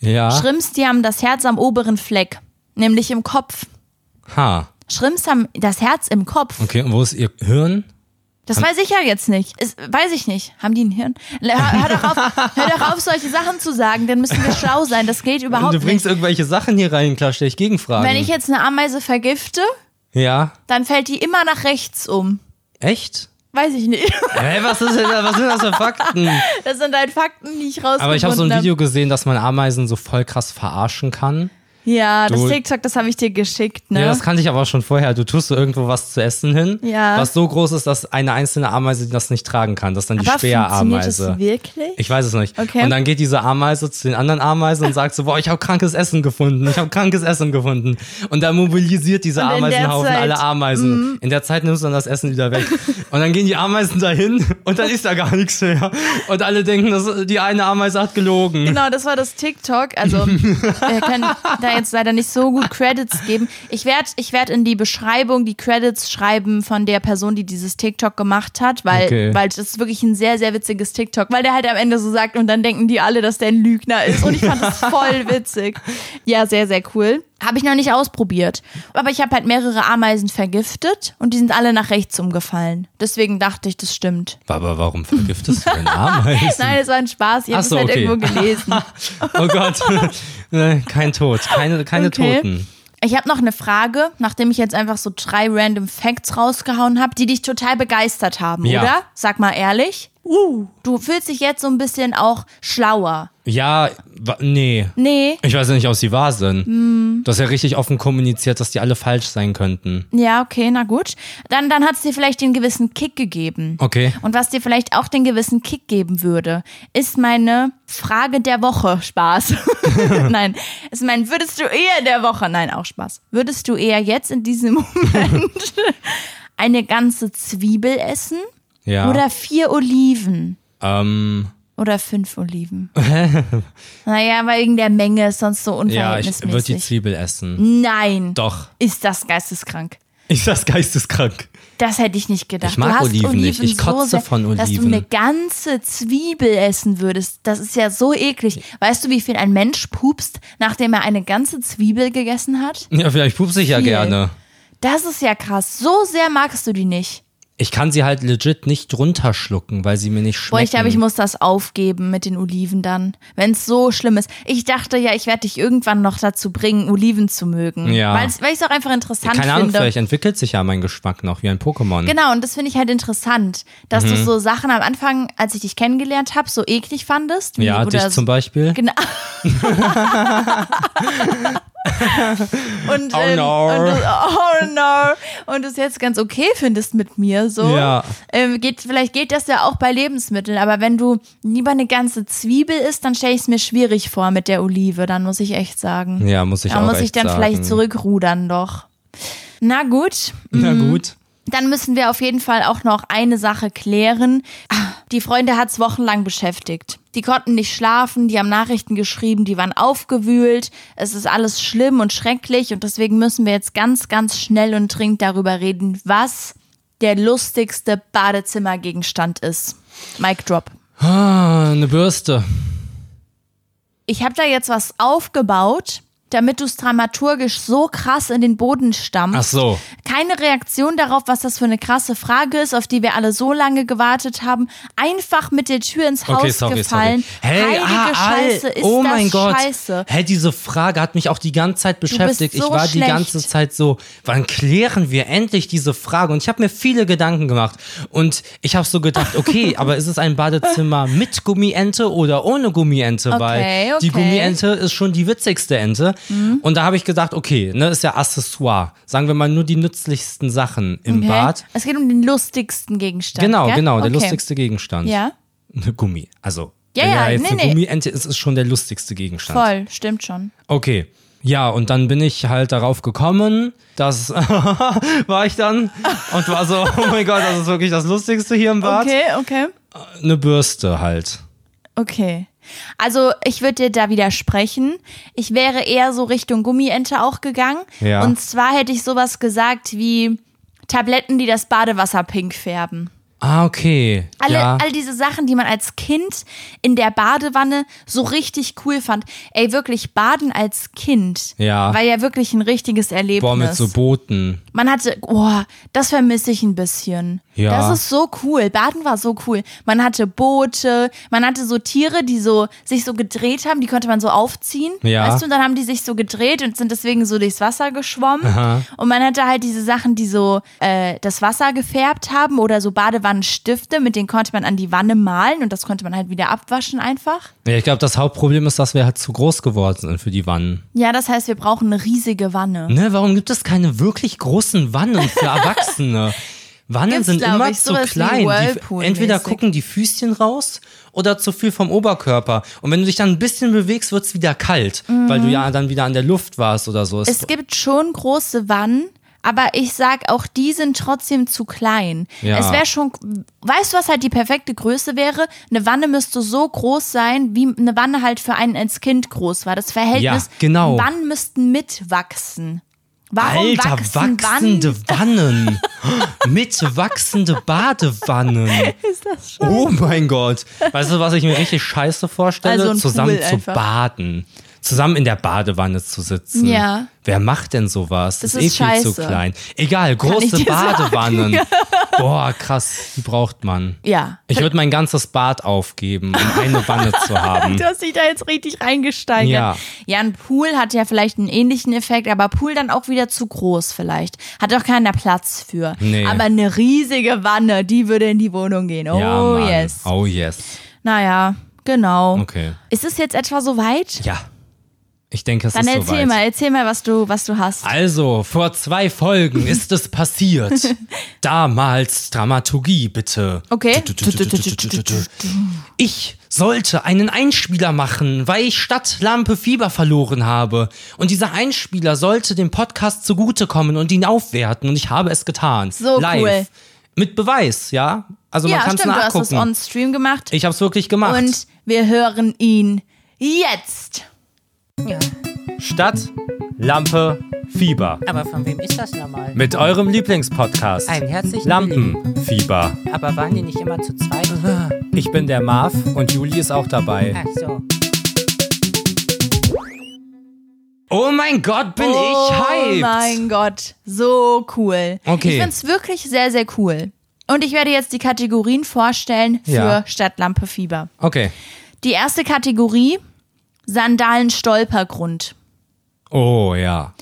Ja. Schrimps, die haben das Herz am oberen Fleck, nämlich im Kopf. Ha. Schrimps haben das Herz im Kopf. Okay, und wo ist ihr Hirn? Das weiß ich ja jetzt nicht. Ist, weiß ich nicht. Haben die ein Hirn? Hör, hör, doch auf, hör doch auf, solche Sachen zu sagen, dann müssen wir schlau sein. Das geht Und überhaupt Also du bringst nicht. irgendwelche Sachen hier rein, klar stelle ich Gegenfragen. Wenn ich jetzt eine Ameise vergifte, ja. dann fällt die immer nach rechts um. Echt? Weiß ich nicht. [laughs] Hä, was, ist denn, da- was sind das für Fakten? Das sind halt Fakten, die ich rausgefunden Aber ich habe so ein hab. Video gesehen, dass man Ameisen so voll krass verarschen kann. Ja, das Du- TikTok, das habe ich dir geschickt, ne? Ja, das kannte ich aber auch schon vorher. Du tust so irgendwo was zu essen hin, Ja. was so groß ist, dass eine einzelne Ameise das nicht tragen kann. Das ist dann die Aber funktioniert das Speerameise. wirklich? Ich weiß es nicht. Okay. Und dann geht diese Ameise zu den anderen Ameisen und sagt so, boah, ich habe krankes Essen gefunden, ich habe krankes Essen gefunden. Und dann mobilisiert diese Und in der Ameisenhaufen Zeit, Mhm. alle Ameisen. In der Zeit nimmst du dann das Essen wieder weg. und dann gehen die Ameisen dahin und dann ist da gar nichts mehr. Und alle denken, dass die eine Ameise hat gelogen. Genau, das war das TikTok. Also, wir können da jetzt leider nicht so gut Credits geben. Ich werde ich werd in die Beschreibung die Credits schreiben von der Person, die dieses TikTok gemacht hat, weil, Okay. weil das ist wirklich ein sehr, sehr witziges TikTok, weil der halt am Ende so sagt und dann denken die alle, dass der ein Lügner ist. Und ich fand das voll witzig. Ja, sehr, sehr cool. Habe ich noch nicht ausprobiert. Aber ich habe halt mehrere Ameisen vergiftet und die sind alle nach rechts umgefallen. Deswegen dachte ich, das stimmt. Aber warum vergiftest du denn Ameisen? Nein, es war ein Spaß. Ich Ach habe es so, halt okay. irgendwo gelesen. Oh Gott. [laughs] Äh, Kein Tod. Keine, keine Okay. Toten. Ich habe noch eine Frage, nachdem ich jetzt einfach so drei random Facts rausgehauen habe, die dich total begeistert haben, Ja. oder? Sag mal ehrlich. Du fühlst dich jetzt so ein bisschen auch schlauer. Ja, wa- nee. Nee. Mm. Ich weiß ja nicht, ob sie wahr sind. Du hast ja richtig offen kommuniziert, dass die alle falsch sein könnten. Ja, okay, na gut. Dann, dann hat's dir vielleicht den gewissen Kick gegeben. Okay. Und was dir vielleicht auch den gewissen Kick geben würde, ist meine Frage der Woche Spaß. [laughs] Nein, ist mein Würdest du eher der Woche? Nein, auch Spaß. Würdest du eher jetzt in diesem [laughs] Moment eine ganze Zwiebel essen Ja. oder vier Oliven? ähm, Oder [laughs] fünf Oliven. naja, weil wegen der Menge ist sonst so ja, ich würde die unverhältnismäßig. Zwiebel Mm. essen. Nein. Doch. Ist das geisteskrank? Ist das geisteskrank? Das hätte ich nicht gedacht. Ich mag du hast Oliven nicht. Ich so kotze sehr- von Dass du Oliven. eine ganze Zwiebel essen würdest, das ist ja so eklig. Weißt du, wie viel ein Mensch pupst, nachdem er eine ganze Zwiebel gegessen hat? Ja, vielleicht pupse ich ja Viel. gerne. Das ist ja krass. So sehr magst du die nicht. Ich kann sie halt legit nicht runterschlucken, weil sie mir nicht Boah, schmeckt. ich glaube, ich muss das aufgeben mit den Oliven dann, wenn es so schlimm ist. Ich dachte ja, ich werde dich irgendwann noch dazu bringen, Oliven zu mögen. Ja. Weil's, weil ich es auch einfach interessant Keine Ahnung, finde. vielleicht entwickelt sich ja mein Geschmack noch wie ein Pokémon. Genau, und das finde ich halt interessant, dass Mhm. du so Sachen am Anfang, als ich dich kennengelernt habe, so eklig fandest. Wie, Ja, oder dich so- zum Beispiel. Genau. [laughs] und, Oh ähm, no. und du, oh no. Und es jetzt ganz okay findest mit mir so. Ja. Ähm, geht, vielleicht geht das ja auch bei Lebensmitteln, aber wenn du lieber eine ganze Zwiebel isst, dann stelle ich es mir schwierig vor mit der Olive, dann muss ich echt sagen. Ja, muss ich da auch muss ich echt dann sagen. vielleicht zurückrudern doch. Na gut, Na Mm. gut. dann müssen wir auf jeden Fall auch noch eine Sache klären. Ah, Die Freunde hat's wochenlang beschäftigt. Die konnten nicht schlafen, die haben Nachrichten geschrieben, die waren aufgewühlt. Es ist alles schlimm und schrecklich und deswegen müssen wir jetzt ganz, ganz schnell und dringend darüber reden, was der lustigste Badezimmergegenstand ist. Mic drop. Ah, eine Bürste. Ich habe da jetzt was aufgebaut, damit du es dramaturgisch so krass in den Boden stammst. Ach so. Keine Reaktion darauf, was das für eine krasse Frage ist, auf die wir alle so lange gewartet haben. Einfach mit der Tür ins Haus Okay, sorry, gefallen. sorry. Hey, Heilige ah, all- Scheiße, ist oh das mein Gott. scheiße. Hey, diese Frage hat mich auch die ganze Zeit beschäftigt. so ich war die schlecht. ganze Zeit so, wann klären wir endlich diese Frage? Und ich habe mir viele Gedanken gemacht. Und ich habe so gedacht, [laughs] okay, aber ist es ein Badezimmer mit Gummiente oder ohne Gummiente? Weil die okay. Mhm. Gummiente ist schon die witzigste Ente. Und da habe ich gedacht, okay, ne, ist ja Accessoire. Sagen wir mal nur die nützlichsten Sachen im Okay? Bad. Es geht um den lustigsten Gegenstand. Genau, gell? genau, der okay. lustigste Gegenstand. Ja. Gummi. Also Ja, Wenn ja, da jetzt nee, eine nee. Gummiente ist, ist schon der lustigste Gegenstand. Voll, stimmt schon. Okay. Ja, und dann bin ich halt darauf gekommen, dass [laughs] war ich dann und war so, oh mein Gott, das ist wirklich das Lustigste hier im Bad. Okay, okay. Eine Bürste halt. Okay. Also ich würde dir da widersprechen. Ich wäre eher so Richtung Gummiente auch gegangen. Ja. Und zwar hätte ich sowas gesagt wie Tabletten, die das Badewasser pink färben. Ah, okay. Alle, ja. all diese Sachen, die man als Kind in der Badewanne so richtig cool fand. Ey, wirklich, Baden als Kind Ja. war ja wirklich ein richtiges Erlebnis. Boah, mit so Booten. Man hatte, boah, das vermisse ich ein bisschen. Ja. Das ist so cool. Baden war so cool. Man hatte Boote, man hatte so Tiere, die so sich so gedreht haben, die konnte man so aufziehen. Ja. Weißt du, und dann haben die sich so gedreht und sind deswegen so durchs Wasser geschwommen. Und man hatte halt diese Sachen, die so äh, das Wasser gefärbt haben oder so Badewannenstifte, mit denen konnte man an die Wanne malen und das konnte man halt wieder abwaschen einfach. Ja, ich glaube, das Hauptproblem ist, dass wir halt zu groß geworden sind für die Wannen. Ja, das heißt, wir brauchen eine riesige Wanne. Ne, warum gibt es keine wirklich großen Wannen [laughs] für Erwachsene? Wannen Gibt's, sind glaub immer ich, zu sowas wie klein. Die, Whirlpool-mäßig. entweder gucken die Füßchen raus oder zu viel vom Oberkörper. Und wenn du dich dann ein bisschen bewegst, wird's wieder kalt, weil Mhm. du ja dann wieder an der Luft warst oder so. Es gibt schon große Wannen, aber ich sag auch, die sind trotzdem zu klein. Ja. Es wäre schon, weißt du, was halt die perfekte Größe wäre? Eine Wanne müsste so groß sein, wie eine Wanne halt für einen als Kind groß war. Das Verhältnis, Ja, genau. Wannen müssten mitwachsen. Warum Alter, wachsen Wannen? wachsende Wannen. [laughs] Mit wachsende Badewannen. Ist das schon? Oh mein Gott. Weißt du, was ich mir richtig scheiße vorstelle? Also ein Zusammen Pool zu einfach. baden. Zusammen in der Badewanne zu sitzen. Ja. Wer macht denn sowas? Das ist eh ist viel zu scheiße. klein. Egal, ich große dir sagen. [laughs] Badewannen. Boah, krass, die braucht man. Ja. Ich würde mein ganzes Bad aufgeben, um eine Wanne zu haben. Du hast dich da jetzt richtig reingesteigert. Hm. Ja. ja, ein Pool hat ja vielleicht einen ähnlichen Effekt, aber Pool dann auch wieder zu groß vielleicht. Hat doch keiner Platz für. Nee. Aber eine riesige Wanne, die würde in die Wohnung gehen. [laughs] Oh ja, Mann. yes. Oh yes. Naja, genau. Okay. Ist es jetzt etwa soweit? Ja. Ich denke, es Dann ist soweit. erzähl mal, erzähl mal, was du, was du hast. Also, vor zwei [laughs] Folgen ist es passiert. Damals Dramaturgie, bitte. Okay. Ich sollte einen Einspieler machen, weil ich Stadtlampe Fieber verloren habe. Und dieser Einspieler sollte dem Podcast zugutekommen und ihn aufwerten. Und ich habe es getan. So Live. cool. Mit Beweis, ja? Also ja, man kann es stimmt, du hast es nachgucken. on stream gemacht. Ich habe es wirklich gemacht. Und wir hören ihn jetzt. Stadt, Lampe, Fieber. Aber von wem ist das nochmal? Mit eurem Lieblingspodcast. Ein herzlichen Lampenfieber. Aber waren die nicht immer zu zweit? Ich bin der Marv und Juli ist auch dabei. Ach so. Oh mein Gott, bin oh ich hyped! mein Gott, so cool. Okay. Ich find's wirklich sehr, sehr cool. Und ich werde jetzt die Kategorien vorstellen für Ja. Stadtlampe Fieber. Okay. Die erste Kategorie, Sandalen Stolpergrund. Oh ja.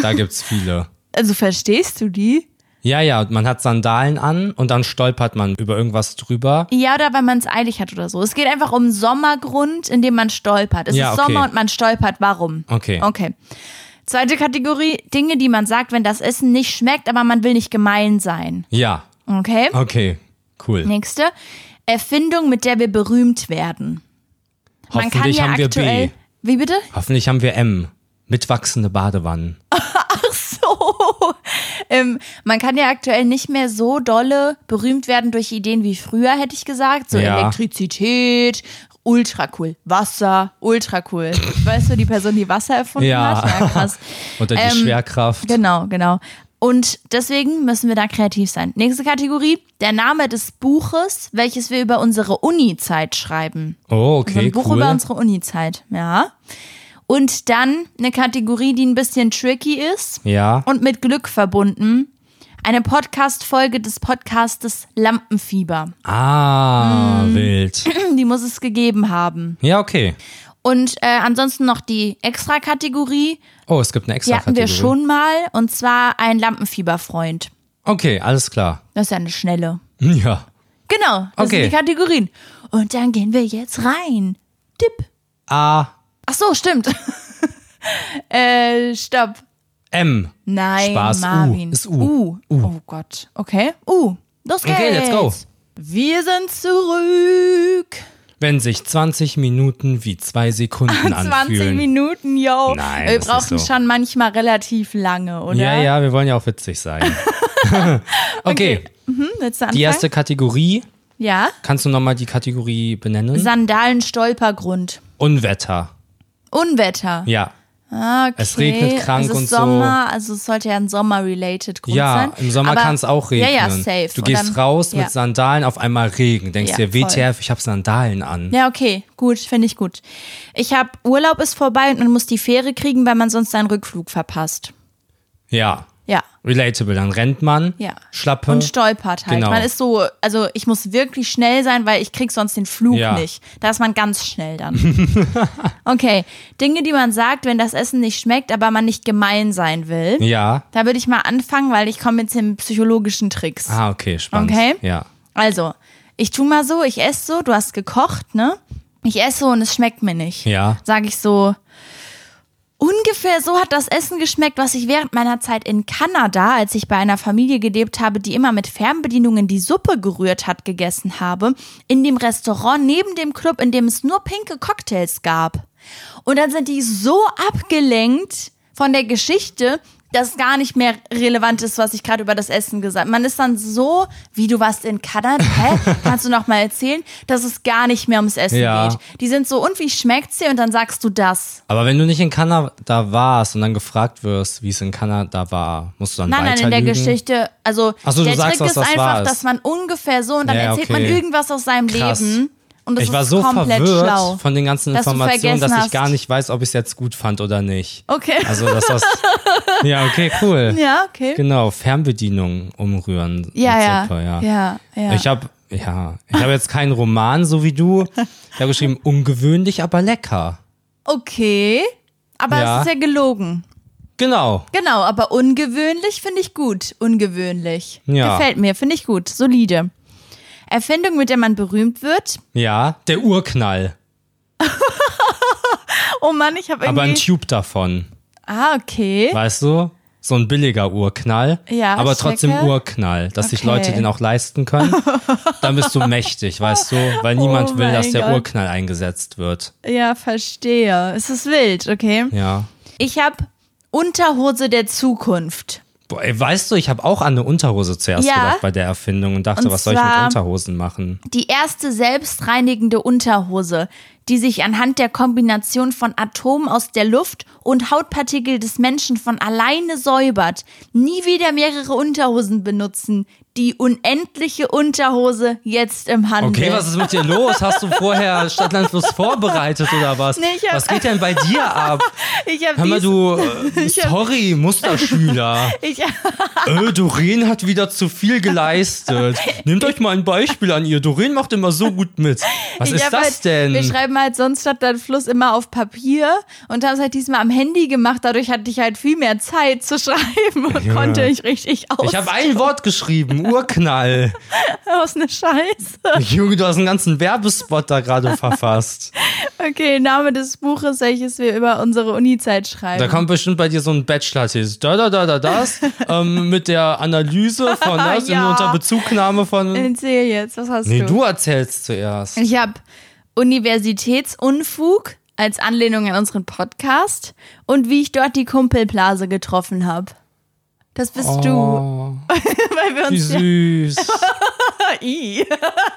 Da gibt's viele. Also verstehst du die? Ja, ja, man hat Sandalen an und dann stolpert man über irgendwas drüber. Ja, oder weil man es eilig hat oder so. Es geht einfach um Sommergrund, in dem man stolpert. Es Ja, ist okay. Sommer und man stolpert. Warum? Okay. Okay. Zweite Kategorie, Dinge, die man sagt, wenn das Essen nicht schmeckt, aber man will nicht gemein sein. Ja, Okay. okay, cool. Nächste. Erfindung, mit der wir berühmt werden. Man kann Hoffentlich ja haben wir aktuell. B. Wie bitte? Hoffentlich haben wir M. Mitwachsende Badewannen. Ähm, man kann ja aktuell nicht mehr so dolle berühmt werden durch Ideen wie früher, hätte ich gesagt. So Ja. Elektrizität, ultra cool. Wasser, ultra cool. weißt du, die Person, die Wasser erfunden Ja. hat? [laughs] Ja, krass. Oder die Ähm, Schwerkraft. Genau, genau. Und deswegen müssen wir da kreativ sein. Nächste Kategorie, der Name des Buches, welches wir über unsere Uni-Zeit schreiben. Oh, so ein okay, Buch cool. über unsere Uni-Zeit, ja. Und dann eine Kategorie, die ein bisschen tricky ist ja. und mit Glück verbunden. Eine Podcast-Folge des Podcastes Lampenfieber. [clears throat] Ah, Mm. wild. Die muss es gegeben haben. Ja, okay. Und äh, ansonsten noch die Extra-Kategorie. Oh, es gibt eine extra Die hatten wir Kategorie. schon mal. Und zwar ein Lampenfieber-Freund. Okay, alles klar. Das ist ja eine schnelle. Ja. Genau, das Okay. sind die Kategorien. Und dann gehen wir jetzt rein. Tipp. A, Ach so, stimmt. [laughs] äh, stopp. M. Nein, Spaß, U. Marvin. Ist U. Oh Gott. Okay. U. Los geht's. Okay, let's go. Wir sind zurück. Wenn sich 20 Minuten wie zwei [laughs] Sekunden 20 anfühlen. Minuten, yo. Nein, wir das ist brauchen so. schon manchmal relativ lange, oder? Ja, ja, wir wollen ja auch witzig sein. [laughs] [laughs] okay, Hm, willst du anfangen? die erste Kategorie. ja. Kannst du nochmal die Kategorie benennen? Sandalen Stolpergrund. Unwetter. Unwetter. Ja. Ah, okay. Es regnet krank es ist und so. Sommer, also es sollte ja ein Sommer-related Grund Ja, sein. im Sommer Aber- kann es auch regnen. Ja, ja, safe. Du Und gehst dann- raus ja. mit Sandalen, auf einmal Regen. Denkst Ja, dir, voll. WTF, ich habe Sandalen an. Ja, okay, gut, finde ich gut. Ich habe Urlaub ist vorbei und man muss die Fähre kriegen, weil man sonst seinen Rückflug verpasst. Ja. Ja. Relatable. Dann rennt man, Ja. Schlappe. Und stolpert halt. Genau. Man ist so, also ich muss wirklich schnell sein, weil ich krieg sonst den Flug Ja. nicht. Da ist man ganz schnell dann. [laughs] okay, Dinge, die man sagt, wenn das Essen nicht schmeckt, aber man nicht gemein sein will. ja. Da würde ich mal anfangen, weil ich komme jetzt in psychologischen Tricks. Ah, okay, spannend. Okay. Ja. Also, ich tu mal so, ich esse so, du hast gekocht, ne? Ich esse so und es schmeckt mir nicht. Ja. Sag ich so, ungefähr so hat das Essen geschmeckt, was ich während meiner Zeit in Kanada, als ich bei einer Familie gelebt habe, die immer mit Fernbedienungen die Suppe gerührt hat, gegessen habe, in dem Restaurant neben dem Club, in dem es nur pinke Cocktails gab. Und dann sind die so abgelenkt von der Geschichte, dass es gar nicht mehr relevant ist, was ich gerade über das Essen gesagt habe. Man ist dann so, wie du warst in Kanada, [laughs] hä? Kannst du noch mal erzählen, dass es gar nicht mehr ums Essen Ja. geht. Die sind so, und wie schmeckt's dir? Und dann sagst du das. Aber wenn du nicht in Kanada warst und dann gefragt wirst, wie es in Kanada war, musst du dann Nein, nein, in der weiterlügen? Geschichte, also Ach so, du der sagst, Trick was ist das einfach, warst. dass man ungefähr so und dann Ja, ja, erzählt okay. man irgendwas aus seinem Krass. Leben und das ich war ist so komplett verwirrt schlau. von den ganzen dass du Informationen, dass vergessen ich gar hast. nicht weiß, ob ich es jetzt gut fand oder nicht. Okay. Also, dass das. [laughs] ja, okay, cool. [laughs] ja, okay. Genau, Fernbedienung umrühren. Ja, mit ja. Suppe, ja. Ja, ja. Ich habe ja, ich habe jetzt keinen Roman, so wie du. Ich habe geschrieben, ungewöhnlich, aber lecker. okay. Aber Ja. es ist ja gelogen. Genau. Genau, aber ungewöhnlich finde ich gut. Ungewöhnlich. Ja. Gefällt mir, finde ich gut. Solide. Erfindung, mit der man berühmt wird. Ja, der Urknall. Oh Mann, ich habe Aber ein irgendwie. Tube davon. ah, okay. Weißt du? So ein billiger Urknall. Ja, aber trotzdem checke. Urknall, dass sich Okay. Leute den auch leisten können. Dann [laughs] bist du mächtig, weißt du? Weil niemand Oh will, dass mein der Gott. Urknall eingesetzt wird. Ja, verstehe. Es ist wild, okay? Ja. Ich habe Unterhose der Zukunft. Boah, ey, weißt du, ich habe auch an eine Unterhose zuerst Ja. gedacht bei der Erfindung und dachte, Und was soll ich mit zwar- Unterhosen machen? Die erste selbstreinigende Unterhose, die sich anhand der Kombination von Atomen aus der Luft und Hautpartikel des Menschen von alleine säubert. Nie wieder mehrere Unterhosen benutzen. Die unendliche Unterhose jetzt im Handel. Okay, was ist mit dir los? Hast du vorher [laughs] Stadtlandfluss vorbereitet oder was? Nee, ich hab- was geht denn bei dir ab? Ich hab Hör mal, [laughs] dies- du, äh, Ich hab- sorry, Musterschüler. Ich, äh, Doreen hat wieder zu viel [laughs] geleistet. Nehmt euch mal ein Beispiel an ihr. Doreen macht immer so gut mit. Was ich ist hab das halt, Wir denn? schreiben halt sonst statt dann Fluss immer auf Papier und haben es halt diesmal am Handy gemacht. Dadurch hatte ich halt viel mehr Zeit zu [laughs] schreiben und Junge. konnte ich richtig aus. Ich habe ein Wort geschrieben, Urknall. aus ne Scheiße. Junge, du hast einen ganzen Werbespot da gerade [laughs] verfasst. Okay, Name des Buches, welches wir über unsere Uni-Zeit schreiben. Da kommt bestimmt bei dir so ein Bachelor-Thesis. Da, da, da, da, das. ähm, mit der Analyse [laughs] von das Ja. und unter Bezugnahme von. Erzähl jetzt, was hast Nee, du? Äh, du erzählst zuerst. Ich habe Universitätsunfug als Anlehnung an unseren Podcast und wie ich dort die Kumpelblase getroffen habe. Das bist du, Oh, [laughs] weil wir wie uns ja, [laughs] süß. I,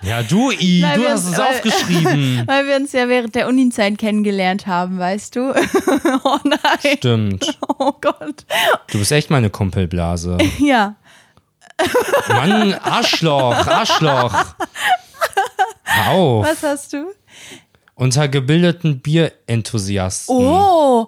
Ja, du, I, Nein, du wir hast haben- es aufgeschrieben. weil wir uns ja während der Uni-Zeit kennengelernt haben, weißt du? [laughs] oh [laughs] nein, Stimmt. oh Gott. Du bist echt meine Kumpelblase. Ja, Mann, Arschloch, Arschloch. Hör auf. was hast du? Unter gebildeten Bierenthusiasten. Oh,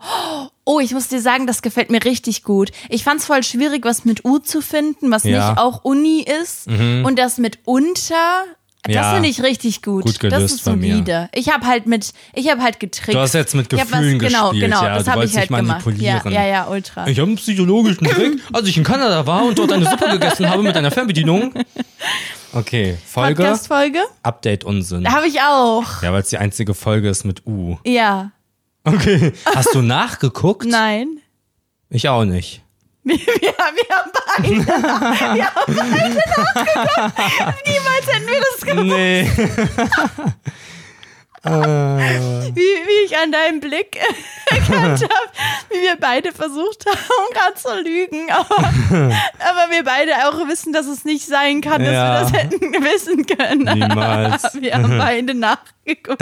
oh, ich muss dir sagen, das gefällt mir richtig gut. Ich fand's voll schwierig, was mit U zu finden, was Ja. Mhm. nicht auch Uni ist. Und das mit unter, das Ja. finde ich richtig gut. Gut das gelöst ist bei mir. solide. Ich hab halt mit, ich hab halt getrickst. Du hast jetzt mit Ich hab was- Gefühlen genau, gespielt, Genau, ja. das Du habe ich wolltest halt nicht gemacht. Ja, manipulieren. ja, ja, ultra. Ich habe einen psychologischen Trick, als ich in Kanada war und dort eine Suppe gegessen habe mit einer Fernbedienung. Okay, Folge, Podcast-Folge? Update Unsinn. Habe ich auch. Ja, weil es die einzige Folge ist mit U. Ja, Okay. Hast du nachgeguckt? nein. [laughs] Ich auch nicht. Wir, wir, wir haben beide, [laughs] wir haben beide nachgeguckt. Niemals hätten wir das gemacht. Nee. Wie, wie ich an deinem Blick [laughs] [laughs] erkannt habe, wie wir beide versucht haben, gerade zu lügen. [laughs] Aber, aber wir beide auch wissen, dass es nicht sein kann, dass Ja. wir das hätten [laughs] wissen können. Niemals. [laughs] wir haben [laughs] beide nachgeguckt.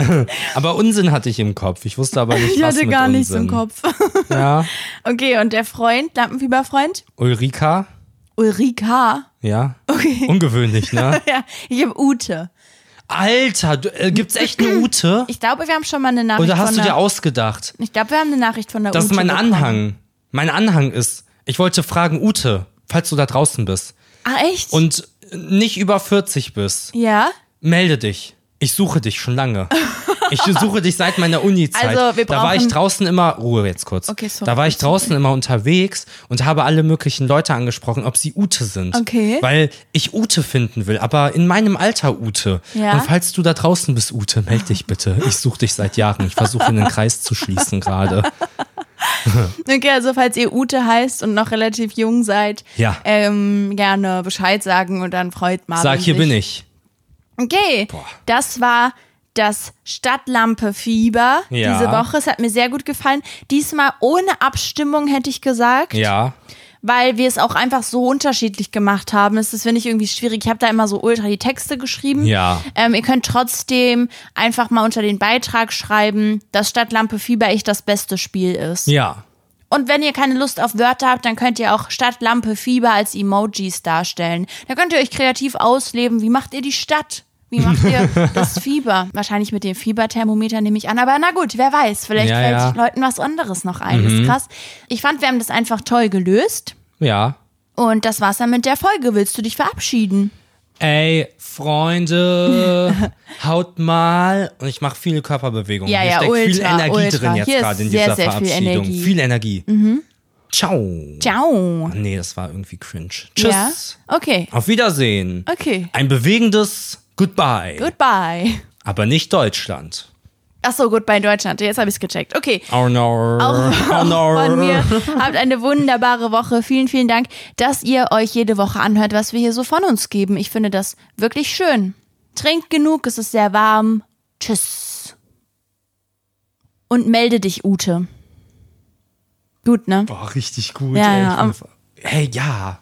Aber Unsinn hatte ich im Kopf. Ich wusste aber nicht, Ich was hatte mit gar nichts Unsinn. im Kopf. [laughs] Ja. Okay, und der Freund, Lampenfieberfreund? Ulrika, Ulrika. [laughs] ja. Okay. Ungewöhnlich, ne? Ja, ich habe Ute. Alter, du, äh, gibt's echt eine Ute? Ich glaube, wir haben schon mal eine Nachricht Oder hast von du dir der, ausgedacht? Ich glaube, wir haben eine Nachricht von der Das Ute. ist mein bekommen. Anhang. Mein Anhang ist, ich wollte fragen, Ute, falls du da draußen bist Ah, echt? und nicht über 40 bist, ja? melde dich. Ich suche dich schon lange. [laughs] Ich suche dich seit meiner Uni-Zeit. Also, wir da war ich brauchen- draußen immer, Ruhe jetzt kurz. Okay, sorry. da war ich draußen immer unterwegs und habe alle möglichen Leute angesprochen, ob sie Ute sind. Okay. Weil ich Ute finden will, aber in meinem Alter Ute. Ja. Und falls du da draußen bist, Ute, melde dich bitte. Ich suche dich seit Jahren. Ich versuche einen Kreis zu schließen [laughs] gerade. Okay, also falls ihr Ute heißt und noch relativ jung seid, Ja. ähm, gerne Bescheid sagen und dann freut Marvin Sag, hier sich. bin ich. Okay, das war das Stadtlampe-Fieber Ja. diese Woche. Es hat mir sehr gut gefallen. Diesmal ohne Abstimmung, hätte ich gesagt. Ja. weil wir es auch einfach so unterschiedlich gemacht haben. Es ist, finde ich, irgendwie schwierig. Ich habe da immer so ultra die Texte geschrieben. Ja. Ähm, ihr könnt trotzdem einfach mal unter den Beitrag schreiben, dass Stadtlampe Fieber echt das beste Spiel ist. Ja. Und wenn ihr keine Lust auf Wörter habt, dann könnt ihr auch Stadtlampe Fieber als Emojis darstellen. Da könnt ihr euch kreativ ausleben. Wie macht ihr die Stadt? Wie macht [laughs] ihr das Fieber? Wahrscheinlich mit dem Fieberthermometer nehme ich an. Aber na gut, wer weiß. Vielleicht Ja, fällt ja. Mhm. Leuten was anderes noch ein. Ist krass. Ich fand, wir haben das einfach toll gelöst. Ja. Und das war's dann mit der Folge. Willst du dich verabschieden? Ey, [laughs] Freunde, haut mal. Und ich mache viele Körperbewegungen. Ja, Hier ja, steckt viel ultra, Energie ultra. drin jetzt Hier ist gerade in sehr, dieser sehr viel Verabschiedung. Energie. Mhm. Viel Energie. Ciao. Ciao. Nee, das war irgendwie cringe. Tschüss. Ja? Okay. Auf Wiedersehen. Okay. Ein bewegendes Goodbye. Goodbye. Aber nicht Deutschland. Achso, goodbye Deutschland. Jetzt habe ich's gecheckt. Okay. Oh [laughs] no. oh Von [laughs] mir. no. Habt eine wunderbare Woche. Vielen, vielen Dank, dass ihr euch jede Woche anhört, was wir hier so von uns geben. Ich finde das wirklich schön. Trinkt genug, es ist sehr warm. Tschüss. Und melde dich, Ute. Gut, ne? Boah, Oh, richtig gut. Ja, ey, ja, Ich bin am- voll- hey, [laughs] ja.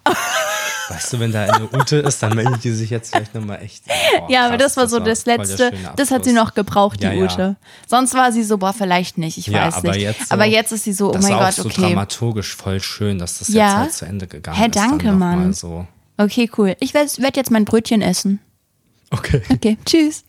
weißt du, wenn da eine Ute ist, dann meldet die sich jetzt vielleicht nochmal echt. Boah, Ja, aber krass, das war so war das voll der Letzte. schöne Das hat sie Abschluss. noch gebraucht, die Ja, ja. Ute. Sonst war sie so, boah, vielleicht nicht, ich Ja, weiß aber nicht. jetzt so- aber jetzt ist sie so, oh Das mein war auch Gott, so okay. dramaturgisch voll schön, dass das jetzt Ja? halt zu Ende gegangen Hä, ist. dann danke, noch Mann. mal So. Okay, cool. Ich werde werd jetzt mein Brötchen essen. Okay. Okay, tschüss.